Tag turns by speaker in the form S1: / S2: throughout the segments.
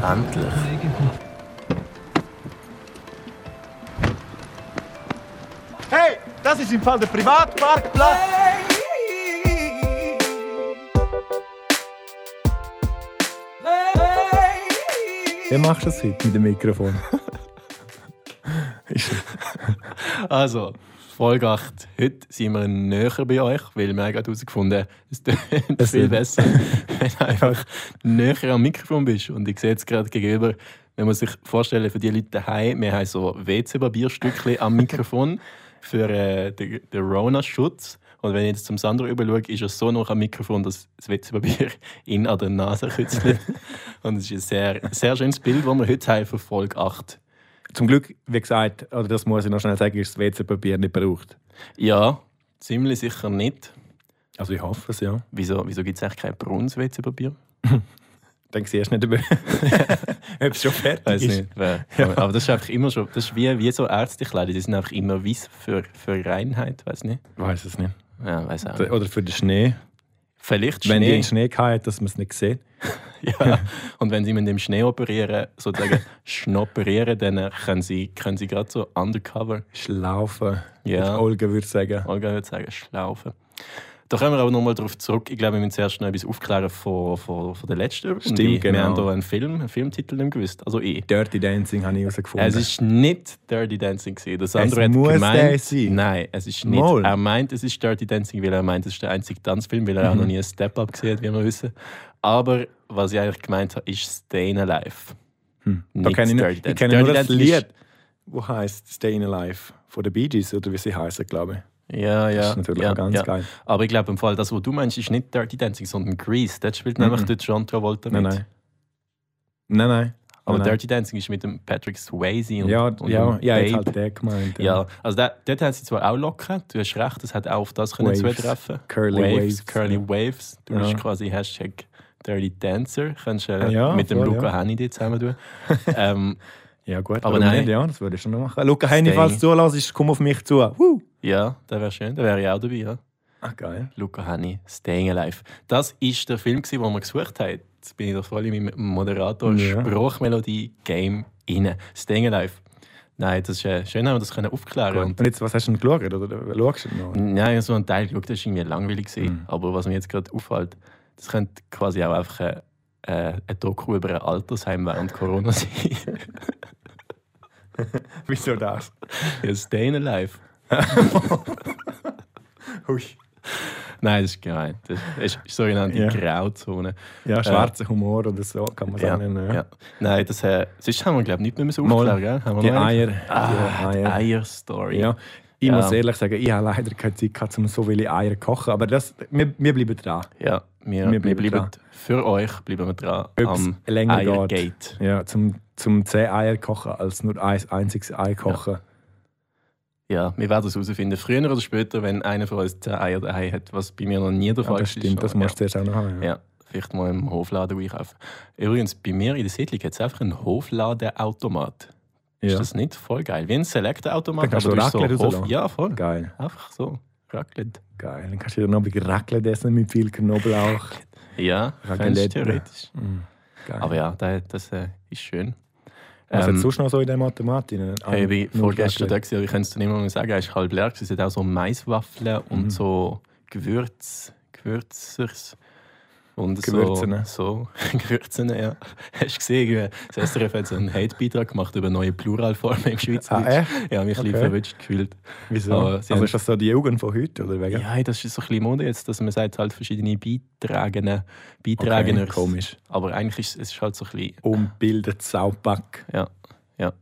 S1: Endlich.
S2: Hey, das ist im Fall der Privatparkplatz.
S3: Wie machst du das heute mit dem Mikrofon?
S1: Also, Folge 8. Heute sind wir näher bei euch, weil wir haben gerade herausgefunden es tönt
S3: Es
S1: viel
S3: ist-
S1: besser, wenn du einfach näher am Mikrofon bist. Und ich sehe jetzt gerade gegenüber, wenn man sich vorstellen für die Leute daheim, wir haben so WC-Papierstückchen am Mikrofon für äh, den, den Rona-Schutz. Und wenn ich jetzt zum Sandro überschaue, ist er so noch am Mikrofon, dass das WC-Papier ihn an der Nase kützelt. Und es ist ein sehr, sehr schönes Bild, das wir heute haben für Folge 8.
S3: Zum Glück, wie gesagt, oder das muss ich noch schnell sagen, ist das WC-Papier nicht gebraucht.
S1: Ja, ziemlich sicher nicht.
S3: Also ich hoffe es, ja.
S1: Wieso, wieso gibt es eigentlich kein Bruns-WC-Papier?
S3: Dann siehst du nicht, ob ob es schon fertig
S1: Weiß
S3: ist.
S1: nicht. wer. Äh, Aber das ist einfach immer schon. Das ist wie, wie so Ärztekleider, die sind einfach immer weiß für, für Reinheit, weiß nicht.
S3: Weiß es nicht.
S1: Ja, weiß auch. Nicht.
S3: Also, Oder für den Schnee.
S1: Vielleicht
S3: Wenn die
S1: Schnee.
S3: in Schnee gehabt, dass man es nicht sieht.
S1: ja. Und wenn sie mit dem Schnee operieren, sozusagen schnopperieren, dann äh, können sie, können sie gerade so undercover,
S3: Schlaufen.
S1: Ja.
S3: Die Olga würde sagen.
S1: Olga würde sagen, schlaufen. Da kommen wir aber nochmal drauf zurück. Ich glaube, wir müssen zuerst noch etwas aufklären von, von, von der letzten.
S3: Stimmt,
S1: wir, Wir
S3: genau.
S1: haben hier einen Film, einen Filmtitel nicht gewusst. Also ich.
S3: Dirty Dancing habe ich herausgefunden.
S1: Es ist nicht Dirty Dancing gewesen. Der Sandro
S3: Es
S1: hat
S3: muss der
S1: gemeint,
S3: sein.
S1: nein, es ist nicht.
S3: Mal.
S1: Er meint, es ist Dirty Dancing, weil er meint, es ist der einzige Tanzfilm, weil er
S3: Mhm.
S1: auch noch nie einen Step Up gesehen hat, wie wir wissen. Aber was ich eigentlich gemeint habe, ist Stayin' Alive.
S3: Hm. da
S1: Nicht
S3: kenne
S1: Dirty
S3: ich, nicht.
S1: Dancing.
S3: ich kenne nur
S1: Dirty
S3: das
S1: Dancing ist-
S3: Lied, wo heißt Stayin' Alive von den Bee Gees, oder wie sie heißen, glaube ich.
S1: Ja, ja.
S3: Das ist natürlich
S1: ja,
S3: auch ganz
S1: ja.
S3: geil.
S1: Aber ich glaube, im Fall, das, was du meinst, ist nicht Dirty Dancing, sondern Grease. Das spielt
S3: Mhm.
S1: nämlich der John Travolta mit.
S3: Nein, nein. Nein, nein.
S1: Aber
S3: nein.
S1: Dirty Dancing ist mit dem Patrick Swayze und,
S3: Ja,
S1: und
S3: ja,
S1: dem
S3: ja, jetzt
S1: Babe.
S3: halt der gemeint.
S1: Ja, also da, dort haben sie zwar auch locker, du hast recht, das hat auch auf das können
S3: Waves.
S1: zutreffen
S3: Curly Waves,
S1: Curly
S3: ja.
S1: Waves. Du
S3: Ja.
S1: bist quasi Hashtag Dirty Dancer, kannst äh,
S3: Ja,
S1: mit dem
S3: voll,
S1: Luca
S3: ja.
S1: Henny die zusammen tun. ähm,
S3: Ja, gut.
S1: Aber
S3: warum
S1: nein.
S3: Nicht? Ja, das würde ich schon noch machen. Luca Heini,
S1: Stay.
S3: falls du zulässt, komm auf mich zu. Woo.
S1: ja, das wäre schön, da wäre ich auch dabei. Ja. Ah,
S3: Ach, geil.
S1: Luca Henny, Staying Alive. Das ist der Film, gewesen, den wir gesucht haben. Jetzt bin ich doch voll in meinem
S3: Ja.
S1: Moderator-Sprachmelodie-Game inne. Staying Alive. Nein, das ist äh, schön, haben wir das können aufklären
S3: Gut.
S1: und
S3: Und jetzt, was hast du denn geschaut? Oder schaust du denn noch?
S1: Nein, so ein Teil geschaut, das war irgendwie langweilig. gewesen.
S3: Mhm.
S1: Aber was mir jetzt gerade auffällt, das könnte quasi auch einfach ein, äh, ein Doku über ein Altersheim während Corona sein.
S3: Wieso das?
S1: ja, Stayin' Alive.
S3: Ui.
S1: Nein, das ist gemein. Das ist die sogenannte
S3: Ja.
S1: Grauzone.
S3: Ja, schwarzer Humor oder so kann man
S1: Äh. Ja,
S3: sagen. ne? Ja.
S1: ja. Nein, das, äh, sonst haben wir, glaube ich, nicht mehr so
S3: Mal.
S1: aufgeklärt. gell? Haben wir
S3: Die
S1: noch eine?
S3: Eier.
S1: Ah,
S3: die
S1: die
S3: Eier.
S1: Eier-Story.
S3: Ja. Ich
S1: Ja.
S3: muss ehrlich sagen, ich habe leider keine Zeit gehabt, um so viele Eier zu kochen. Aber das, wir, wir bleiben dran.
S1: Ja, wir, wir
S3: Wir
S1: bleiben,
S3: bleiben dran.
S1: für euch bleiben wir dran
S3: Ob's
S1: am
S3: länger
S1: Eiergate.
S3: Ja, zum, zum 10 Eier kochen, als nur ein einziges Ei kochen.
S1: Ja, wir werden es herausfinden. Früher oder später, wenn einer von uns 10 Eier daheim hat, was bei mir noch nie der
S3: Ja,
S1: Fall
S3: das
S1: ist.
S3: stimmt, das
S1: aber
S3: musst du zuerst auch noch haben.
S1: ja. ja, vielleicht mal im Hofladen einkaufen. Übrigens, bei mir in der Siedlung hat es einfach einen Hofladenautomat. Ist
S3: Ja.
S1: das nicht voll geil? Wie ein
S3: Dann
S1: Select-Automat,
S3: kannst
S1: aber
S3: du
S1: du hast so
S3: Raclette
S1: Hof
S3: rauslassen.
S1: Ja, voll.
S3: Geil.
S1: Einfach so. Raclette.
S3: Geil, dann kannst du dir noch ein bisschen Raclette essen mit viel Knoblauch.
S1: Ja,
S3: Raclette.
S1: ganz theoretisch.
S3: Geil.
S1: Mm. Aber ja, da- das äh, ist schön.
S3: Was hat
S1: Ähm,
S3: es sonst noch so in der Mathematik?
S1: Hey, ich war vorgestern da,
S3: Raclette.
S1: gewesen, aber ich kann es dir nicht mehr sagen. Es war halb leer. gewesen. Es hat auch so Maiswaffeln und so Gewürz, Gewürzers. Und
S3: Gewürzene.
S1: So, so Gewürzene, ja. Hast du gesehen, wie- das SRF hat so einen Hate-Beitrag gemacht über neue Pluralformen im Schweizerdeutsch.
S3: Ah, echt?
S1: Ja, mich ein bisschen
S3: Okay.
S1: verwünscht gefühlt.
S3: Wieso?
S1: Aber sie
S3: also
S1: haben-
S3: ist das so die Jugend von heute? Oder wegen?
S1: Ja, das ist so ein bisschen Mode jetzt, dass man sagt, halt verschiedene Beitragene,
S3: Okay,
S1: Beitragene.
S3: komisch.
S1: Aber eigentlich ist es ist halt so ein bisschen,
S3: Umbildet Saupack.
S1: ja, ja.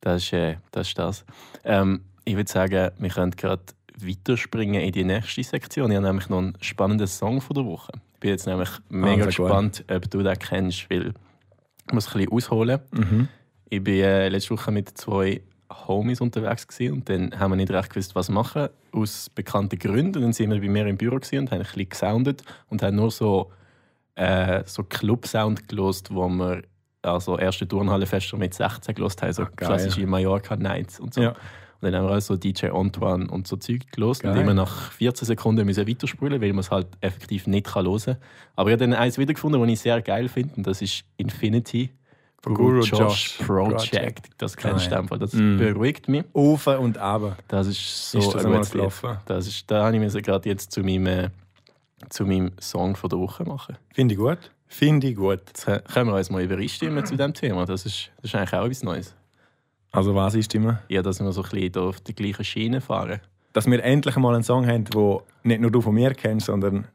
S1: Das ist äh, das. Ist das. Ähm, ich würde sagen, wir können gerade weiterspringen in die nächste Sektion. Ich habe nämlich noch einen spannenden Song von der Woche. Ich bin jetzt nämlich mega
S3: Ah, sehr gut.
S1: gespannt, ob du den kennst, weil ich muss ein bisschen ausholen. Ich war äh, letzte Woche mit zwei Homies unterwegs gewesen und dann haben wir nicht recht gewusst, was machen, aus bekannten Gründen. Und dann sind wir bei mir im Büro gewesen und haben ein bisschen gesoundet und haben nur so, äh, so Club-Sound gelost, wo wir also erste Turnhallenfester mit 16 gelost haben, so
S3: Ah, geil.
S1: klassische Mallorca-Nights und so.
S3: Ja.
S1: Und dann haben wir auch so DJ Antoine und so Zeug gelost und
S3: Geil.
S1: immer nach 14 Sekunden müssen weitersprühen, weil man es halt effektiv nicht kann hören kann. Aber ich habe dann eins wiedergefunden, das ich sehr geil finde, und das ist Infinity.
S3: Von
S1: Guru
S3: Guru
S1: Josh
S3: Josh
S1: Project.
S3: Project.
S1: Das kennst du
S3: Geil.
S1: einfach. Das
S4: Mm.
S1: beruhigt mich.
S3: Auf und ab.
S1: Das ist so
S3: Ist das
S1: ein
S3: einmal
S1: gutes Lied.
S3: gelaufen?
S1: Das ist, da habe ich mir gerade jetzt zu meinem, äh, zu meinem Song von der Woche machen.
S3: Finde ich gut. Finde ich gut.
S1: Jetzt äh, können wir uns mal übereinstimmen zu dem Thema. Das ist, das ist eigentlich auch etwas Neues.
S3: Also was ist immer?
S1: Ja, dass wir so ein bisschen da auf der gleichen Schiene fahren.
S3: Dass wir endlich mal einen Song haben, wo nicht nur du von mir kennst, sondern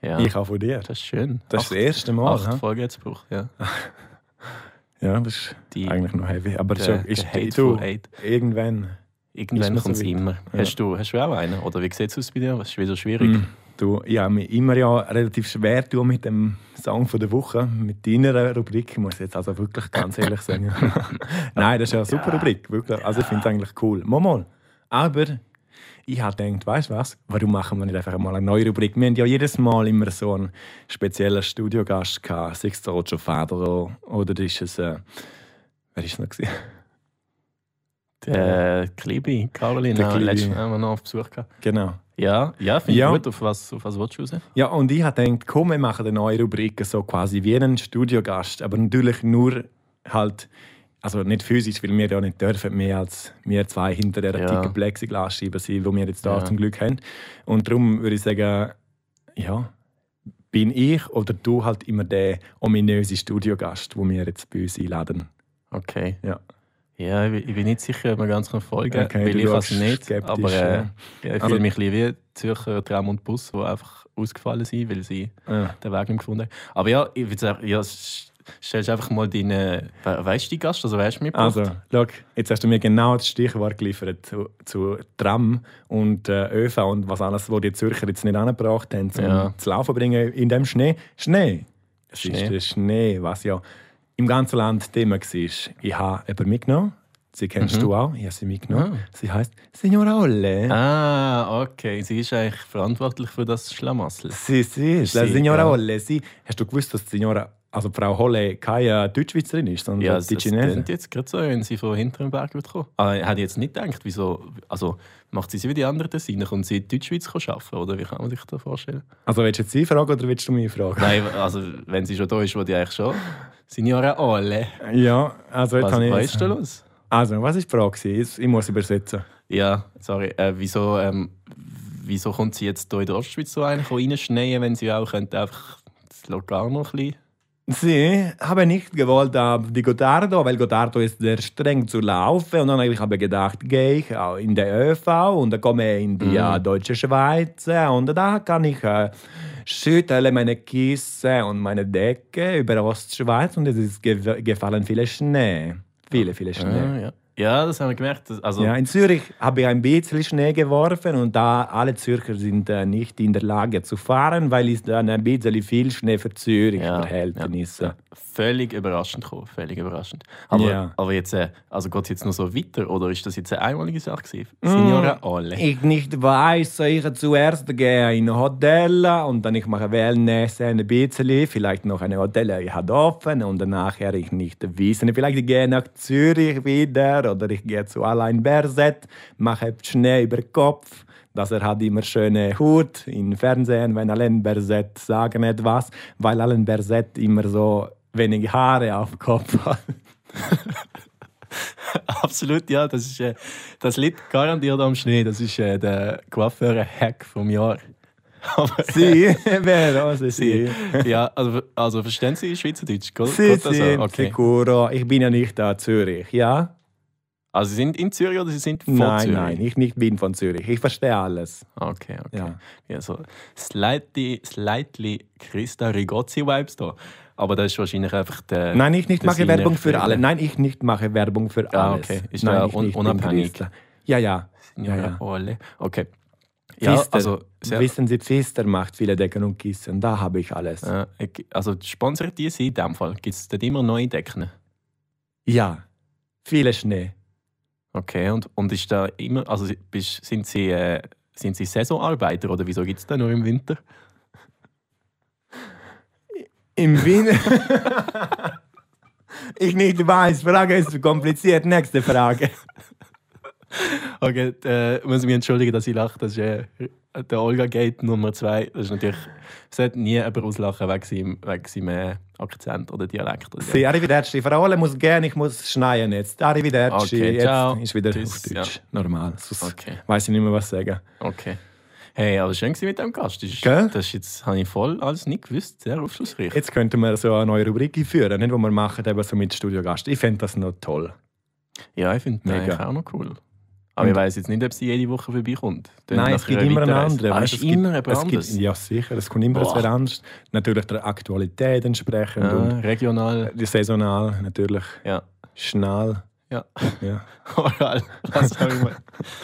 S1: Ja,
S3: ich auch von dir.
S1: das ist schön.
S3: Das ist das erste Mal.
S1: Acht
S3: hä?
S1: Folgen jetzt gebraucht, ja.
S3: Ja, das ist
S1: Die-
S3: eigentlich noch heavy. Aber
S1: der-
S3: schon, ist
S1: der
S3: hey,
S1: Hateful
S3: du,
S1: Hate.
S3: irgendwann, Ist
S1: Irgendwann
S3: man
S1: kommt es
S3: so weit?
S1: immer.
S3: Ja.
S1: Hast, du, hast du auch einen? Oder wie sieht es aus bei dir? Das ist wieder schwierig.
S3: du, ich habe mich immer ja relativ schwer tun mit dem Song von der Woche, mit deiner Rubrik, ich muss jetzt also wirklich ganz ehrlich sagen. Nein, das ist ja eine super Rubrik, wirklich. Also ich finde es eigentlich cool. Mal, mal. Aber ich habe gedacht, weißt du was, warum machen wir nicht einfach mal eine neue Rubrik? Wir haben ja jedes Mal immer so einen speziellen Studiogast gehabt, sei es der Roger Federer oder ist es, äh, wer ist es noch gewesen?
S1: Der Klibi, Äh, Caroline,
S3: Der
S1: haben wir
S3: Klibi.
S1: letztes Mal haben wir noch auf Besuch gehabt.
S3: Genau.
S1: Ja, ja finde
S3: Ja.
S1: ich gut. Auf was, auf was willst du raus?
S3: Ja, und ich habe gedacht, komm, wir machen eine neue Rubrik, so quasi wie einen Studiogast, aber natürlich nur halt, also nicht physisch, weil wir ja nicht dürfen, mehr als wir zwei hinter der
S1: Ja.
S3: dicken Plexiglasscheibe sind, die wir jetzt da
S1: Ja.
S3: zum Glück haben. Und darum würde ich sagen, ja, bin ich oder du halt immer der ominöse Studiogast, den wir jetzt bei uns einladen.
S1: Okay.
S3: Ja.
S1: Ja, ich bin- ich bin nicht sicher, ob man ganz kann folgen
S3: Okay,
S1: kann, weil
S3: du
S1: ich kann es
S3: schaust
S1: nicht.
S3: skeptisch,
S1: Aber äh,
S3: ja.
S1: ja, ich
S3: Also-
S1: fühle mich ein bisschen wie Zürcher Tram und Bus, die einfach ausgefallen sind, weil sie
S3: Ja.
S1: den Weg nicht gefunden haben. Aber ja, ich würde sagen, ja, s- stellst einfach mal deinen. we- Weißt du die Gast? Also, weißt du mich?
S3: Also, schau, jetzt hast du mir genau das Stichwort geliefert zu, zu Tram und äh, ÖV und was alles, was die Zürcher jetzt nicht angebracht haben, zum
S1: Ja.
S3: zu laufen bringen in dem Schnee. Schnee! Es
S1: Schnee.
S3: ist der Schnee, was ja im ganzen Land Thema war. Ich habe jemanden mitgenommen, sie kennst du auch, ich habe sie mitgenommen. Sie heißt Signora Olle.
S1: Mhm. Ah, okay. Sie ist eigentlich verantwortlich für das Schlamassel.
S3: Sie, sie ist la
S1: Sie,
S3: Signora
S1: ja.
S3: Olle. Sie, hast du gewusst, dass die Signora, also Frau Holle keine Deutschschweizerin ist, sondern
S1: Ja,
S3: die
S1: es es
S3: Chinesin?
S1: klingt jetzt gerade so, wenn sie von hinterm Berg wird kommen. Aber ich hätte jetzt nicht gedacht, wieso. Also, macht sie sie wie die anderen das rein? Kommt sie in die Deutschschweiz arbeiten? Oder wie kann man sich das vorstellen?
S3: Also willst du jetzt sie fragen oder willst du mich fragen?
S1: Nein, also wenn sie schon da ist, wollte ich eigentlich schon. Äh, Signora Alle.
S3: Ja, also jetzt
S1: Was,
S3: habe ich...
S1: was ist da los?
S3: Also, was war die Frage? gewesen? Ich muss übersetzen.
S1: Ja, sorry. Äh, wieso, ähm, wieso kommt sie jetzt hier in der Ostschweiz so rein, reinschneien, wenn sie auch könnte einfach das Locarno ein bisschen...
S3: Sie haben nicht gewollt ab die Gotardo, weil Gotardo ist sehr streng zu laufen. Und dann habe ich habe gedacht, gehe ich auch in der ÖV und dann komme ich in die äh,
S1: Mhm.
S3: deutsche Schweiz. äh, Und da kann ich äh, schüttle meine Kiste und meine Decke über Ostschweiz und es ist ge gefallen viel Schnee. Viele, viele Schnee.
S1: Ah, ja. ja, das haben wir gemerkt. dass- Also,
S3: Ja, in Zürich habe ich ein bisschen Schnee geworfen und da alle Zürcher sind äh, nicht in der Lage zu fahren, weil es dann ein bisschen viel Schnee für Zürich
S1: Ja,
S3: Verhältnisse.
S1: Völlig überraschend gekommen, völlig überraschend. Aber,
S3: Ja.
S1: aber jetzt, äh, also geht es jetzt noch so weiter oder ist das jetzt eine einmalige Sache gewesen?
S3: Mm.
S1: Signora Alle.
S3: Ich nicht weiß, soll ich zuerst gehe in ein Hotel und dann ich mache Wellness ein bisschen, vielleicht noch ein Hotel ich habe offen und danach werde ich nicht wissen. Vielleicht ich gehe nach Zürich wieder oder ich gehe zu Alain Berset, mache Schnee über Kopf. dass er hat immer schöne Hut im Fernsehen, wenn Alain Berset sagen etwas, weil Alain Berset immer so wenig Haare auf dem Kopf hat.
S1: Absolut, ja. Das, ist, äh, das liegt garantiert am Schnee. Das ist äh, der Coiffeur-Hack vom Jahr. Aber, äh,
S3: Sie, wer ist sie?
S1: Sie. ja, also, also verstehen Sie Schweizerdeutsch? Gut,
S3: Sie
S1: gut, also,
S3: sind
S1: okay.
S3: sicuro. Ich bin ja nicht da Zürich, ja?
S1: also Sie sind in Zürich oder Sie sind von
S3: nein,
S1: Zürich?
S3: nein, ich nicht bin von Zürich. Ich verstehe alles.
S1: Okay, okay. Ja.
S3: Ja.
S1: so slightly, slightly Christa Rigozzi-Vibes da. Aber das ist wahrscheinlich einfach der...
S3: Nein, ich nicht
S1: der
S3: mache
S1: Sinne
S3: Werbung für
S1: für-
S3: alle. Nein, ich nicht mache Werbung für
S1: Ah,
S3: alles.
S1: okay. Ist
S3: nein,
S1: ja
S3: ich
S1: un-
S3: nicht bin
S1: unabhängig.
S3: Christa. Ja, ja.
S1: Ja,
S3: ja, ja.
S1: Ole. Okay. Ja,
S3: Pfister.
S1: also... Sehr,
S3: Wissen Sie, Pfister macht viele Decken und Kissen. Da habe ich alles.
S1: äh, ich- also sponsert die Sie in dem Fall? Gibt es dort immer neue Decken?
S3: Ja, viele Schnee.
S1: Okay, und, und ist da immer... Also bist, sind Sie... Äh, sind Sie Saisonarbeiter oder wieso gibt es da nur im Winter?
S3: Im Wien. ich nicht weiß. Frage ist zu kompliziert. Nächste Frage.
S1: Okay, äh, muss ich mich entschuldigen, dass ich lache. Das ist äh, der Olga Gate Nummer zwei. Das ist natürlich, es hat nie jemand auslachen wegen seinem, wegen seinem äh, Akzent oder Dialekt. Oder so.
S3: Sie, arrivederci. Frau Ole muss gehen, ich muss schneien jetzt. Arrivederci.
S1: Okay,
S3: jetzt
S1: ciao.
S3: ist wieder
S1: Tschüss,
S3: auf Deutsch. Normal. Sonst
S1: Okay.
S3: weiß ich nicht mehr, was sagen.
S1: Okay. Hey, aber schön gewesen mit dem Gast. Das, ist,
S3: Gell?
S1: das ist jetzt, habe ich voll alles nicht gewusst. Sehr aufschlussreich.
S3: Jetzt könnten wir so eine neue Rubrik einführen, nicht, wo wir machen, eben so mit Studiogast. Ich fände das noch toll.
S1: Ja, ich finde den
S3: Mega.
S1: eigentlich auch noch cool. Aber
S3: Und-
S1: ich weiß jetzt nicht, ob sie jede Woche vorbeikommt. Dann
S3: Nein, es
S1: nach
S3: gibt
S1: einer
S3: immer einen
S1: Weiterreise.
S3: anderen.
S1: Ah,
S3: weißt
S1: es
S3: du,
S1: ist immer ein
S3: es gibt,
S1: anderes.
S3: Ja, sicher. Es kommt immer
S1: Boah.
S3: etwas anderes. Natürlich der Aktualität entsprechend
S1: Ja,
S3: und
S1: regional.
S3: die saisonal, natürlich
S1: Ja.
S3: schnell.
S1: Ja.
S3: Ja.
S1: Oral. Was auch immer.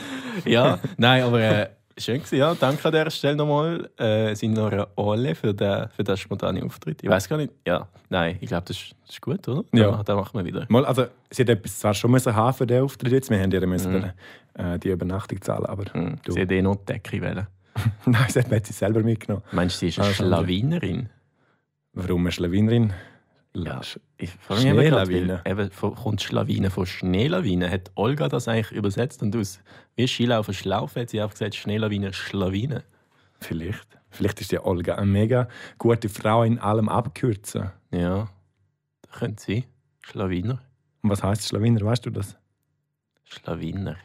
S1: ja, nein, aber äh, schön gewesen, ja. Danke an dieser Stelle nochmal, äh, Signora Ole, für den, für den spontanen Auftritt. Ich weiß gar nicht. Ja, nein, ich glaube, das, ist- das ist gut, oder?
S3: Ja.
S1: Da, da machen wir wieder.
S3: Mal, also, sie hat etwas zwar schon müssen haben für den Auftritt jetzt. Wir haben ihr müssen äh, die Übernachtung zahlen, aber
S1: Mhm.
S3: Du.
S1: Sie hat eh noch die Decke wählen.
S3: nein, sie hat sie selber mitgenommen.
S1: Meinst du, sie ist eine
S3: Ah, schade.
S1: Schlawinerin?
S3: Warum eine Schlawinerin?
S1: Ja.
S3: Sch-
S1: Ich frage mich eben gerade,
S3: Schneelawine.
S1: weil Eben, von- kommt Schlawine von Schneelawine? Hat Olga das eigentlich übersetzt und aus? Wie Skilaufen Schlaufe hat sie einfach gesagt, Schneelawine, Schlawine.
S3: Vielleicht. Vielleicht ist die Olga eine mega gute Frau in allem abkürzen.
S1: Ja, das könnte sie. Schlawiner.
S3: Und was heißt Schlawiner? Weißt du das?
S1: Schlawiner.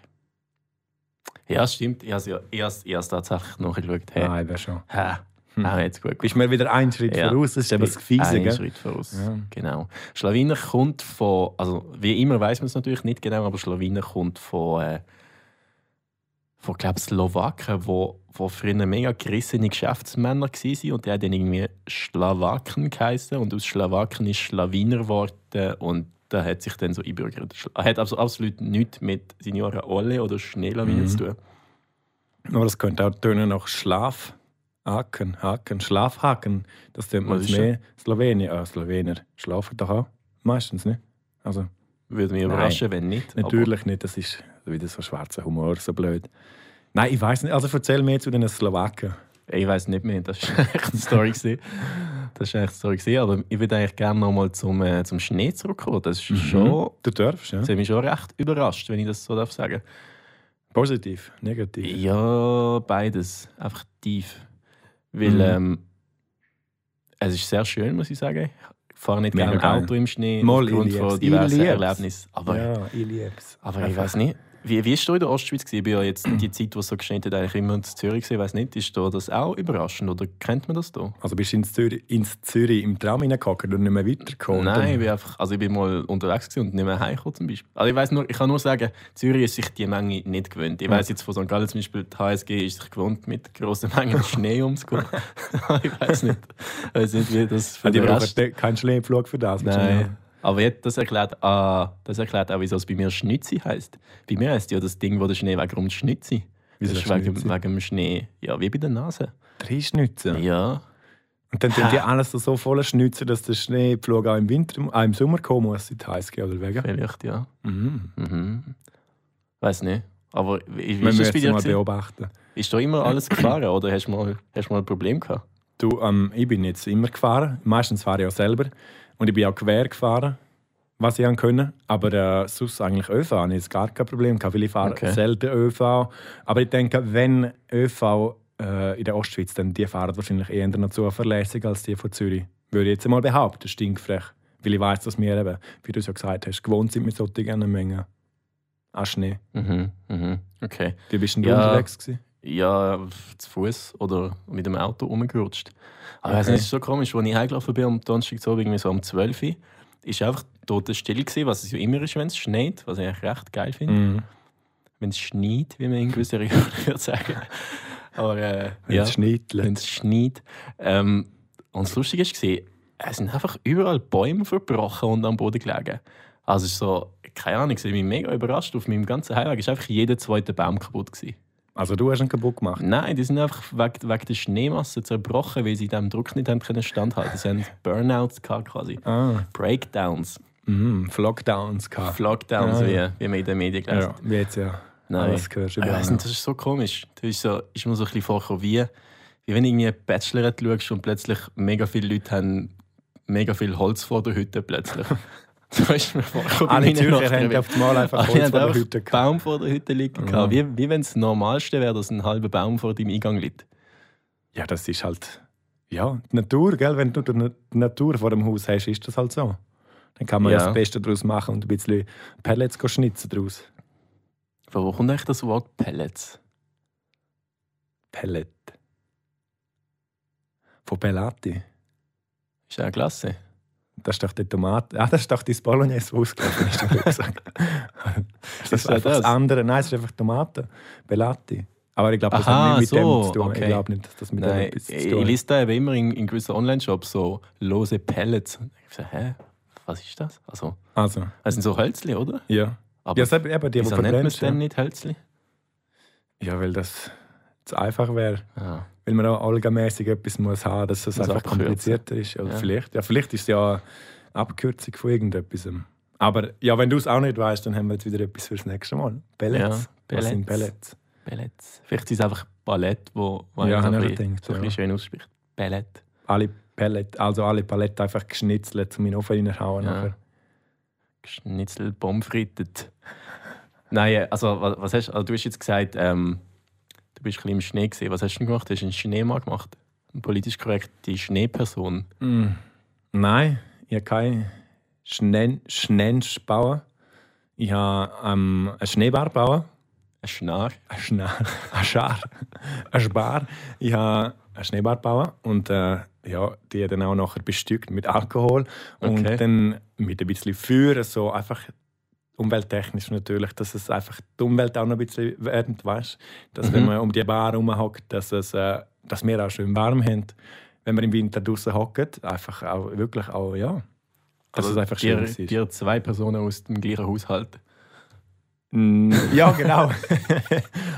S1: Ja, stimmt. Ich habe es tatsächlich nachgeschaut. Hey.
S3: Nein, wäre schon.
S1: Hä?
S3: Hm.
S1: Ah, jetzt gut.
S3: Bist mir wieder einen Schritt
S1: Ja.
S3: voraus? Das ist eben das Gefiese,
S1: Einen
S3: gell?
S1: Schritt voraus.
S3: Ja.
S1: Genau. Schlawiner kommt von, also wie immer weiß man es natürlich nicht genau, aber Schlawiner kommt von, äh, von glaube Slowaken, wo, wo früher mega gerissene Geschäftsmänner waren und die haben dann irgendwie Schlawaken geheißen und aus Schlawaken ist Schlawiner geworden und da hat sich dann so einbürgert. Schla- Hat also absolut nichts mit Signora Olle oder Schneelawine
S3: Mhm.
S1: zu tun.
S3: Aber das könnte auch tönen nach Schlafhaken, Haken, Schlafhaken. Das tönt man
S1: Was
S3: als
S1: ist
S3: mehr. Slowenien, äh, Slowener schlafen doch auch. Meistens, nicht? Also,
S1: Würde mich überraschen, wenn nicht.
S3: natürlich nicht. Das ist wieder so schwarzer Humor, so blöd. Nein, ich weiß nicht. Also, erzähl mir zu den Slowaken.
S1: Aber ich weiß nicht mehr, das war echt eine Story. gewesen. Das war echt eine Story. gewesen. Aber ich würde eigentlich gerne nochmal zum, äh, zum Schnee zurückkommen. Das ist schon.
S3: Du darfst, Mhm. ja?
S1: Das hat mich schon recht überrascht, wenn ich das so darf sagen.
S3: Positiv, negativ.
S1: Ja, beides. Einfach tief. Weil
S3: Mhm.
S1: ähm, es ist sehr schön, muss ich sagen. Ich fahre nicht
S3: Mega
S1: gerne
S3: geil.
S1: Auto im Schnee
S3: Mal, ich
S1: aufgrund
S3: lieb's.
S1: von
S3: Ich
S1: diversen
S3: lieb's.
S1: Erlebnissen. Aber,
S3: ja, ich lieb's.
S1: aber ich weiß nicht. Wie, wie ist du in der Ostschweiz? gewesen? Ich bin ja jetzt die Zeit, wo es so geschneit hat, eigentlich immer in Zürich. gewesen. Ich weiß nicht, ist da das auch überraschend oder kennt man das da?
S3: Also, bist du ins Zürich, ins Zürich im Tram hineingehockt und nicht mehr weitergekommen?
S1: Nein, ich bin, einfach, also ich bin mal unterwegs gewesen und nicht mehr heimgekommen zum Beispiel. Also ich, weiss nur, ich kann nur sagen, Zürich ist sich die Menge nicht gewöhnt. Ich weiss jetzt von St. Gallen zum Beispiel, die HSG ist sich gewohnt, mit grossen Mengen Schnee umzugehen. ich weiss nicht, ich weiss nicht, wie das für
S3: Die
S1: den Rest...
S3: brauchen keinen Schleepflug für das.
S1: Nein. Aber jetzt, das, erklärt, ah, das erklärt auch, wieso es bei mir Schnitzi heisst. Bei mir heisst ja das Ding, wo der Schnee wegkommt, Schnitzi. Das
S3: Wieso
S1: ist wegen,
S3: Schnitzi?
S1: wegen dem Schnee. Ja, wie bei der Nase.
S3: Drei Schnitzen.
S1: Ja.
S3: Und dann sind die alles so- so voll schnitzen, dass der Schneepflug auch im Winter, auch im Sommer kommen muss, seit heiß geht oder wegen.
S1: Vielleicht, ja.
S3: Mhm.
S1: Mhm. Weiß nicht. Aber wie, wie
S3: Wir
S1: ist das
S3: müssen
S1: bei
S3: es
S1: dir?
S3: mal
S1: gewesen?
S3: beobachten.
S1: Ist da immer alles gefahren oder hast du mal, hast du mal ein Problem gehabt?
S3: Du, ähm, ich bin jetzt immer gefahren. Meistens fahre ich auch selber. Und ich bin auch quer gefahren, was ich können. Aber äh, sonst eigentlich ÖV habe ich jetzt gar kein Problem gehabt, weil ich fahre
S1: Okay.
S3: selten ÖV. Aber ich denke, wenn ÖV äh, in der Ostschweiz, dann die fahren wahrscheinlich eher noch zuverlässig als die von Zürich. Würde ich jetzt mal behaupten, stinkfrech. Weil ich weiß, dass wir eben, wie du es ja gesagt hast, gewohnt sind mit solchen Mengen an Schnee.
S1: Mhm, mhm. Okay.
S3: Wie bist denn du
S1: Ja.
S3: unterwegs gewesen?
S1: Ja, f- zu Fuß oder mit dem Auto rumgerutscht. Aber okay.
S3: Okay.
S1: es ist so komisch, als ich heimgelaufen bin am Donnerstag so, irgendwie so um 12 Uhr, ist einfach totenstill gewesen, was es ja immer ist, wenn es schneit, was ich eigentlich recht geil finde.
S3: Mhm.
S1: Wenn es schneit, wie man in gewissen Regionen würde sagen. Aber äh,
S3: Wenn
S1: ja.
S3: es schneitelt.
S1: wenn es schneit. Ähm, und das Lustige war, es sind einfach überall Bäume verbrochen und am Boden gelegen. Also es ist so, keine Ahnung, ich war mega überrascht. Auf meinem ganzen Heimweg war einfach jeder zweite Baum kaputt. Gewesen.
S3: Also du hast ihn kaputt gemacht.
S1: Nein, die sind einfach wegen, wegen der Schneemasse zerbrochen, weil sie dem Druck nicht haben können standhalten. Sie haben Burnouts gehabt quasi.
S3: Ah.
S1: Breakdowns,
S3: Mhm, Lockdowns gehabt.
S1: Flockdowns,
S3: Ja,
S1: wie, wie man in den Medien gelesen
S3: Ja, Ah, wie jetzt ja.
S1: Nein.
S3: Alles gehörst du
S1: ich
S3: überall.
S1: weiss nicht, das ist so komisch. Das ist, so, ist mir so ein bisschen vorgekommen, wie, wie wenn du irgendwie einen Bachelorette schaust und plötzlich mega viele Leute haben mega viel Holz vor der Hütte plötzlich. So ist mir vorgekommen. bei
S3: Alle
S1: meinen
S3: Zürcher
S1: Nachbarn.
S3: haben auf einmal einfach
S1: Alle
S3: Holz
S1: haben
S3: vor der
S1: einfach
S3: Hütte gehabt.
S1: Baum vor der Hütte liegen. gehabt. Wie, wie wenn es das Normalste wäre, dass ein halber Baum vor deinem Eingang liegt.
S3: Ja, das ist halt ja, die Natur, gell? wenn du die Na- die Natur vor dem Haus hast, ist das halt so. Dann kann man ja,
S1: Ja.
S3: das Beste daraus machen und ein bisschen Pellets schnitzen daraus.
S1: Von wo kommt eigentlich das Wort Pellets?
S3: Pellet. Von Pelati.
S1: Ist ja auch klasse.
S3: Das ist doch die Tomate. Ah, das ist doch die Bolognese, die ausgelaufen ist. hab ich gesagt. das
S1: Ist
S3: ist
S1: ja
S3: einfach das
S1: das?
S3: andere. Nein, es ist einfach Tomate. Pelati. Aber ich glaube, das
S1: Aha,
S3: hat nicht mit
S1: so,
S3: dem zu tun. Ich
S1: okay.
S3: glaube nicht, dass das mit dem
S1: Nein,
S3: etwas
S1: ich,
S3: zu
S1: ich
S3: tun hat.
S1: lese da eben immer in, in gewissen Online-Shops so lose Pellets. Ich so, hä? Was ist das? Also,
S3: Also,
S1: das sind so Hölzli, oder?
S3: ja.
S1: Aber
S3: Ja, es hat eben die, die
S1: wieso nennt man es
S3: verbrennst.
S1: denn
S3: Ja.
S1: nicht Hölzli?
S3: ja, weil das zu einfach wäre.
S1: Ah.
S3: Weil man auch allgemäßig etwas muss haben dass es
S1: Muss
S3: einfach
S1: abkürzen.
S3: komplizierter ist. Oder
S1: Ja.
S3: Vielleicht, ja, vielleicht ist es ja eine Abkürzung von irgendetwas. Aber ja, wenn du es auch nicht weißt, dann haben wir jetzt wieder etwas fürs nächste Mal. Pellets.
S1: Ja,
S3: Was sind
S1: Pellets.
S3: Pellets?
S1: Pellets. Vielleicht ist es einfach Palette, wo wo
S3: Ja,
S1: man so ein
S3: habe ich auch
S1: bisschen,
S3: gedacht,
S1: so ein
S3: ja.
S1: bisschen schön ausspricht. Palette.
S3: Alle Pellet, also alle Paletten einfach geschnitzelt, um in den Ofen reinhauen.
S1: Ja.
S3: nachher.
S1: Schnitzel, Pommes frites. Nein, äh, also, was, was hast, also du hast jetzt gesagt, ähm, du bist ein bisschen im Schnee gesehen. Was hast du denn gemacht? Hast du einen Schneemann gemacht? Eine politisch korrekte Schneeperson.
S3: Hm. Nein, ich habe keinen Schnen Schnensch bauen. Ich habe ähm, einen Schneebar bauen.
S1: Ein Schnarr.
S3: ein Schnar, ein Schar, ein Spar. Ich habe einen Schneebart gebaut und äh, ja, die dann auch nachher bestückt mit Alkohol und
S1: Okay.
S3: dann mit ein bisschen Feuer, so einfach umwelttechnisch natürlich, dass es einfach die Umwelt auch noch ein bisschen wärmt, weißt Dass wenn man um die Bar rumhockt, dass, es, äh, dass wir auch schön warm haben. Wenn wir im Winter draußen hocken, einfach auch wirklich auch, ja, dass es einfach schön
S1: Also dir,
S3: ist.
S1: dir zwei Personen aus dem gleichen Haushalt.
S3: Mm, Ja, genau.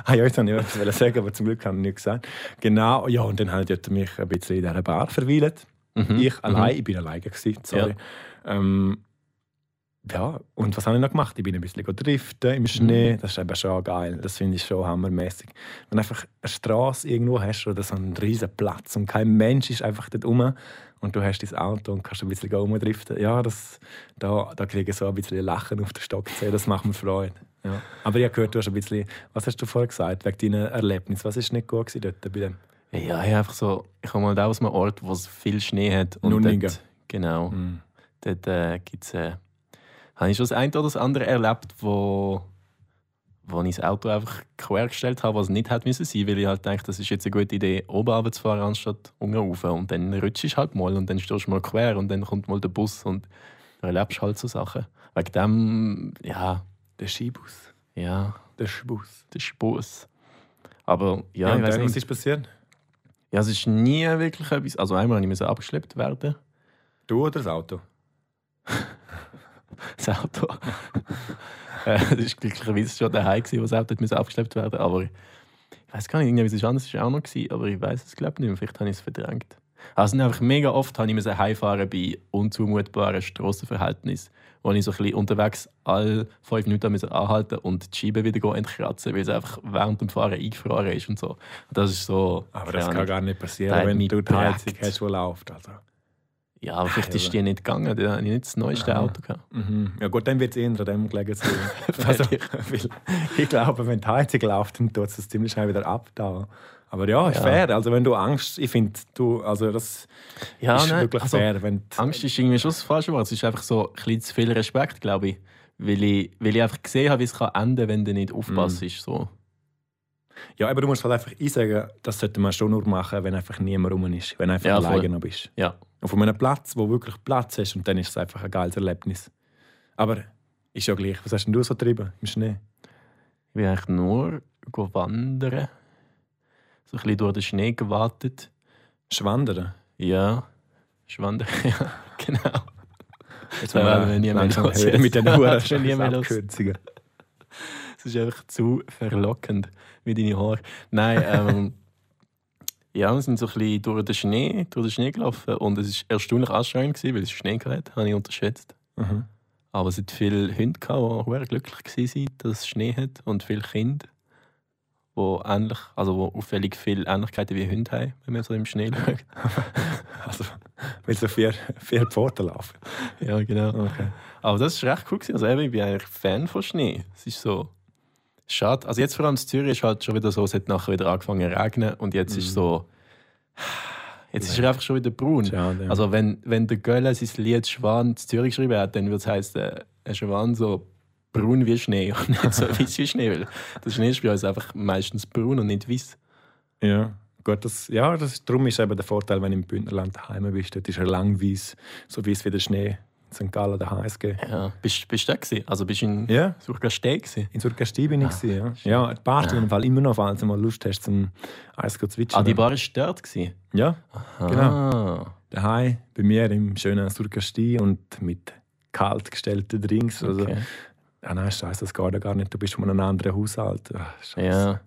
S3: ah, ja, jetzt wollte ich etwas wollen sagen, aber zum Glück habe ich nichts gesagt. Genau, ja, und dann habe ich mich ein bisschen in dieser Bar verweilt.
S1: Mhm.
S3: Ich allein, ich bin alleine, gewesen, sorry. Ähm, ja, und was habe ich noch gemacht? Ich bin ein bisschen driften im Schnee. Das ist eben schon geil. Das finde ich schon hammermäßig. Wenn du einfach eine Straße irgendwo hast oder so einen riesen Platz und kein Mensch ist einfach dort rum und du hast dein Auto und kannst ein bisschen rumdriften. Ja, das, da, da kriege ich so ein bisschen Lachen auf den Stockzähne. Das macht mir Freude. Ja. Aber ich habe gehört, du hast ein bisschen, was hast du vorher gesagt, wegen deinen Erlebnissen? Was ist nicht gut gewesen dort bei dem?
S1: Mhm. Ja, ich habe einfach so, ich komme mal da aus einem Ort, wo es viel Schnee hat. Und
S3: Nunningen.
S1: dort, genau. Dort äh, gibt's, äh, habe ich schon das eine oder das andere erlebt, wo, wo ich das Auto einfach quergestellt habe, was nicht hätte müssen sein, weil ich halt denke, das ist jetzt eine gute Idee, oben runter zu fahren, anstatt unten rauf. Und dann rutschst du halt mal und dann stehst du mal quer und dann kommt mal der Bus und dann erlebst du halt so Sachen. Wegen dem, ja,
S3: Der Skibus.
S1: ja,
S3: Der Skibus.
S1: das ist Bus. Aber ja,
S3: Ja,
S1: ich
S3: und
S1: weiß
S3: dann,
S1: nicht.
S3: was ist passiert?
S1: Ja, es ist nie wirklich etwas. Also einmal musste ich abgeschleppt werden,
S3: Du oder das Auto?
S1: das Auto. Äh, das war glücklicherweise schon daheim, gewesen, wo das Auto musste abgeschleppt werden Aber ich weiß gar nicht, irgendwie etwas anderes war auch noch, gewesen, aber ich weiß es glaube ich nicht mehr. Vielleicht habe ich es verdrängt. Also es sind einfach mega oft habe ich musste heimfahren bei unzumutbaren Strassenverhältnissen, wo ich so ein bisschen unterwegs alle fünf Minuten musste anhalten und die Scheibe wieder entkratzen, weil es einfach während dem Fahren eingefroren ist und so. Und das ist so...
S3: Aber
S1: keine
S3: das kann
S1: Ahnung.
S3: gar nicht
S1: Der
S3: passieren,
S1: hat
S3: wenn
S1: mich
S3: du die Heizung
S1: geprägt.
S3: hast, die läuft. Also.
S1: Ja, aber vielleicht
S3: aber-
S1: ist die nicht gegangen. Da hatte ich nicht das neueste Auto. Gehabt.
S3: Mhm. Ja gut, dann wird es eher an dem gelegen sein. also, weil ich glaube, wenn die Heizung läuft, dann tut es das ziemlich schnell wieder ab. Da. Aber ja, ist
S1: Ja.
S3: fair. Also wenn du Angst, ich finde, du, also das
S1: Ja,
S3: ist
S1: nein,
S3: wirklich
S1: also-
S3: fair. Wenn die-
S1: Angst ist irgendwie schon das falsche Wort. Es ist einfach so ein bisschen zu viel Respekt, glaube ich. Weil ich, weil ich einfach gesehen habe, wie es kann enden kann, wenn du nicht aufpasst. So.
S3: ja, aber du musst halt einfach einsagen, das sollte man schon nur machen, wenn einfach niemand rum ist, wenn du einfach
S1: Ja, voll.
S3: alleine noch bist.
S1: Ja.
S3: Auf einem Platz, wo wirklich Platz ist und dann ist es einfach ein geiles Erlebnis. Aber ist ja gleich. Was hast denn du so getrieben im Schnee?
S1: Ich bin eigentlich nur go wandern. So ein bisschen durch den Schnee gewartet.
S3: Schwandern?
S1: Ja. Ich wandere. Ja, genau.
S3: Jetzt
S1: Da werden wir nie mehr
S3: langsam
S1: los.
S3: hören mit den
S1: Ja,
S3: Huren.
S1: das werden wir nie mehr los.
S3: Abkürzungen.
S1: Es ist einfach zu verlockend wie deine Haare. Nein, ähm, ja, wir sind so ein bisschen durch den Schnee, durch den Schnee gelaufen und es war erstaunlich anstrengend, gewesen, weil es Schnee hatte, habe ich unterschätzt.
S3: Mhm.
S1: Aber es hat viele Hunde, gehabt, die sehr glücklich waren, dass es Schnee hat und viele Kinder, die ähnlich, also die auffällig viele Ähnlichkeiten wie Hunde haben, wenn man so im Schnee schaut.
S3: Also, weil so vier, vier Pforten laufen.
S1: Ja, genau. Aber das war recht cool. gewesen. Also eben, ich bin eigentlich Fan von Schnee. Es ist so schade. Also jetzt vor allem in Zürich ist halt schon wieder so, es hat nachher wieder angefangen zu regnen und jetzt
S3: Mhm.
S1: ist so... Jetzt ist er einfach schon wieder braun.
S3: Schade, ja.
S1: Also wenn, wenn der Göller sein Lied Schwan in Zürich geschrieben hat, dann würde es heißen, äh, ein Schwan so braun wie Schnee und nicht so weiß wie Schnee. Weil der Schnee ist bei uns einfach meistens braun und nicht weiß.
S3: Ja. Gut, das, ja, das, darum ist eben der Vorteil, wenn du im Bündnerland daheim bist, dort ist er lang weiss, so weiß wie der Schnee in St. Gallen der HSG.
S1: Ja. Bist, bist du da gewesen? Also bist du in
S3: Ja.
S1: sogar Steg gewesen?
S3: In Surkasti bin ich,
S1: Ah.
S3: ja. Ja, die Bar ist auf jeden Fall immer noch, falls du mal Lust hast, zum Eis zu switchen.
S1: Ah, die Bar ist dort gewesen?
S3: Ja, genau.
S1: Ah.
S3: Daheim, bei mir im schönen Surkasti und mit kalt gestellten Drinks. Also,
S1: Okay.
S3: Ah nein, scheiße, das geht ja gar nicht. Du bist von einem anderen Haushalt. Ah, Scheiße.
S1: Ja.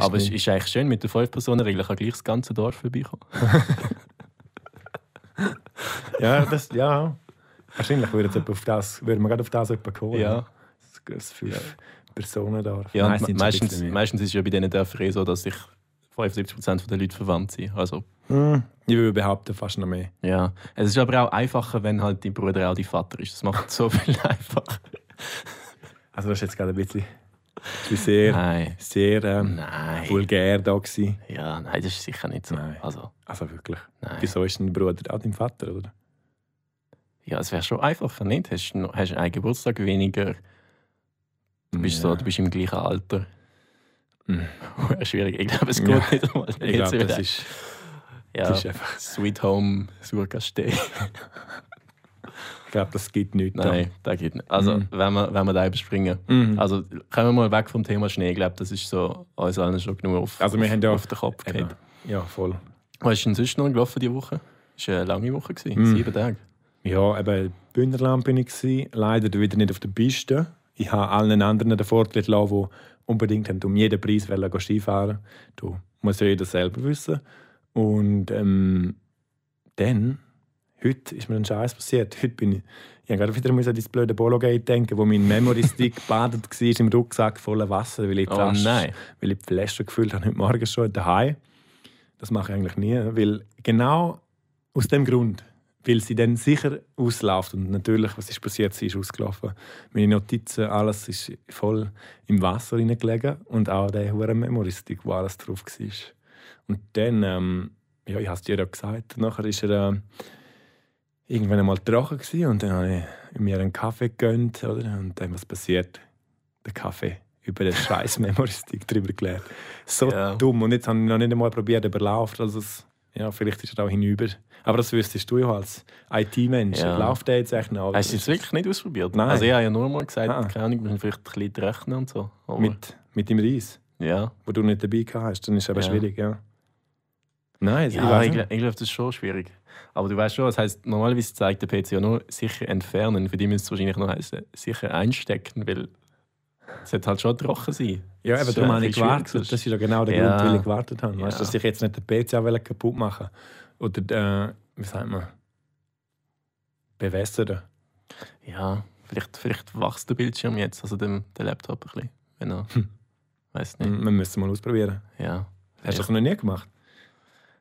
S1: Aber es
S3: nicht-
S1: ist eigentlich schön mit der Fünf-Personen-Regel. Ich kann gleich das ganze Dorf vorbeikommen.
S3: ja, das, ja. Wahrscheinlich würde, es jemand auf das, würde man gerade auf das jemanden kommen.
S1: Ja.
S3: Das, das fünf Personen da.
S1: Ja,
S3: Nein, es
S1: und me-
S3: sind schon ein
S1: meistens,
S3: bisschen mehr.
S1: meistens ist ja bei diesen Dörfern eh so, dass sich 75% der Leute verwandt sind. Also,
S3: Hm, Ich würde behaupten, fast noch mehr.
S1: ja. Es ist aber auch einfacher, wenn halt dein Bruder auch dein Vater ist. Das macht so viel einfacher.
S3: Also, das ist jetzt gerade ein bisschen, ein bisschen sehr,
S1: Nein.
S3: sehr ähm,
S1: Nein.
S3: vulgär da gewesen.
S1: Ja, nein, das ist sicher nicht so.
S3: Nein.
S1: Also,
S3: Also wirklich.
S1: Nein.
S3: Wieso ist dein Bruder auch dein Vater, oder?
S1: ja, es wäre schon einfacher, nicht? Hast du noch- hast einen Geburtstag weniger? Du bist, so, du bist im gleichen Alter. Wäre Schwierig. Ich glaube, es geht
S3: Mm. Ja.
S1: nicht einmal.
S3: Ich
S1: Jetzt
S3: glaube, das
S1: wieder-
S3: ist,
S1: ja.
S3: das ist einfach.
S1: Sweet Home Surkastei.
S3: Ich glaube, das gibt nichts.
S1: Nein, da geht nicht. Also,
S3: Mhm.
S1: wenn, wir, wenn wir da überspringen. Also, kommen wir mal weg vom Thema Schnee. Ich glaube, das ist so uns allen schon genug auf,
S3: Also, wir haben ja
S1: auf den Kopf
S3: da. Eben.
S1: gehabt.
S3: Ja, voll.
S1: Was ist denn sonst noch gelaufen diese Woche? Es war eine lange Woche, gewesen.
S3: Mhm.
S1: sieben Tage.
S3: Ja, eben Bündnerland bin ich gewesen. leider wieder nicht auf der Piste. Ich habe allen anderen den Vortritt lassen, die unbedingt haben, um jeden Preis wollen gehen Skifahren. Du muss ja jeder selber wissen. Und ähm, dann, heute ist mir ein Scheiß passiert. Heute bin ich, ich habe gerade wieder muss an dieses blöde Bologate denken, wo mein Memory Stick badet war im Rucksack voller Wasser, weil ich die
S1: Oh
S3: Flasche-
S1: nein.
S3: weil ich die Flasche gefüllt habe heute Morgen schon daheim. Das mache ich eigentlich nie, weil genau aus dem Grund, weil sie dann sicher ausläuft und natürlich, was ist passiert, sie ist ausgelaufen. Meine Notizen, alles ist voll im Wasser hineingelegen und auch der hure Memoristik, wo alles drauf war. Und dann, ähm, ja, ich habe es dir ja gesagt, nachher ist er ähm, irgendwann einmal trocken gewesen und dann habe ich mir einen Kaffee gegönnt, oder? Und dann was passiert? Der Kaffee über den scheiß Memoristik drüber gelehrt. So
S1: Ja.
S3: dumm. Und jetzt habe ich noch nicht einmal probiert, überlaufen. Also es, ja, vielleicht ist er auch hinüber. Aber das wüsstest du ja als IT-Mensch.
S1: Ja.
S3: Läuft der jetzt echt noch?
S1: Hast du es wirklich nicht ausprobiert?
S3: Nein.
S1: Also, ich habe ja nur mal gesagt,
S3: Ah.
S1: keine Ahnung, wir müssen vielleicht ein bisschen rechnen und so. Aber,
S3: mit, mit dem Reis,
S1: ja.
S3: wo du nicht dabei gehabt hast, dann ist es aber
S1: Ja.
S3: schwierig, ja. Nein,
S1: Ja, ich,
S3: Also, nicht.
S1: gl- ich glaube, das ist schon schwierig. Aber du weißt schon, das heißt, normalerweise zeigt der PC ja nur sicher entfernen. Für die müsste es wahrscheinlich noch heißen, sicher einstecken, weil es hat halt schon trocken sein.
S3: Ja,
S1: Das
S3: eben
S1: ist
S3: darum
S1: ein
S3: habe ich
S1: bisschen
S3: gewartet.
S1: schwierig,
S3: Das ist ja genau der
S1: Ja.
S3: Grund, warum ich gewartet habe. Weißt du,
S1: Ja.
S3: dass ich jetzt nicht den PC auch wollte kaputt machen wollte. Oder, äh, wie sagt man? Bewässern.
S1: Ja, vielleicht, vielleicht wächst der Bildschirm jetzt, also dem, der Laptop ein bisschen. Wenn er,
S3: Hm.
S1: weiß nicht.
S3: Man müsste mal ausprobieren.
S1: Ja.
S3: Hm. Hast du das noch nie gemacht?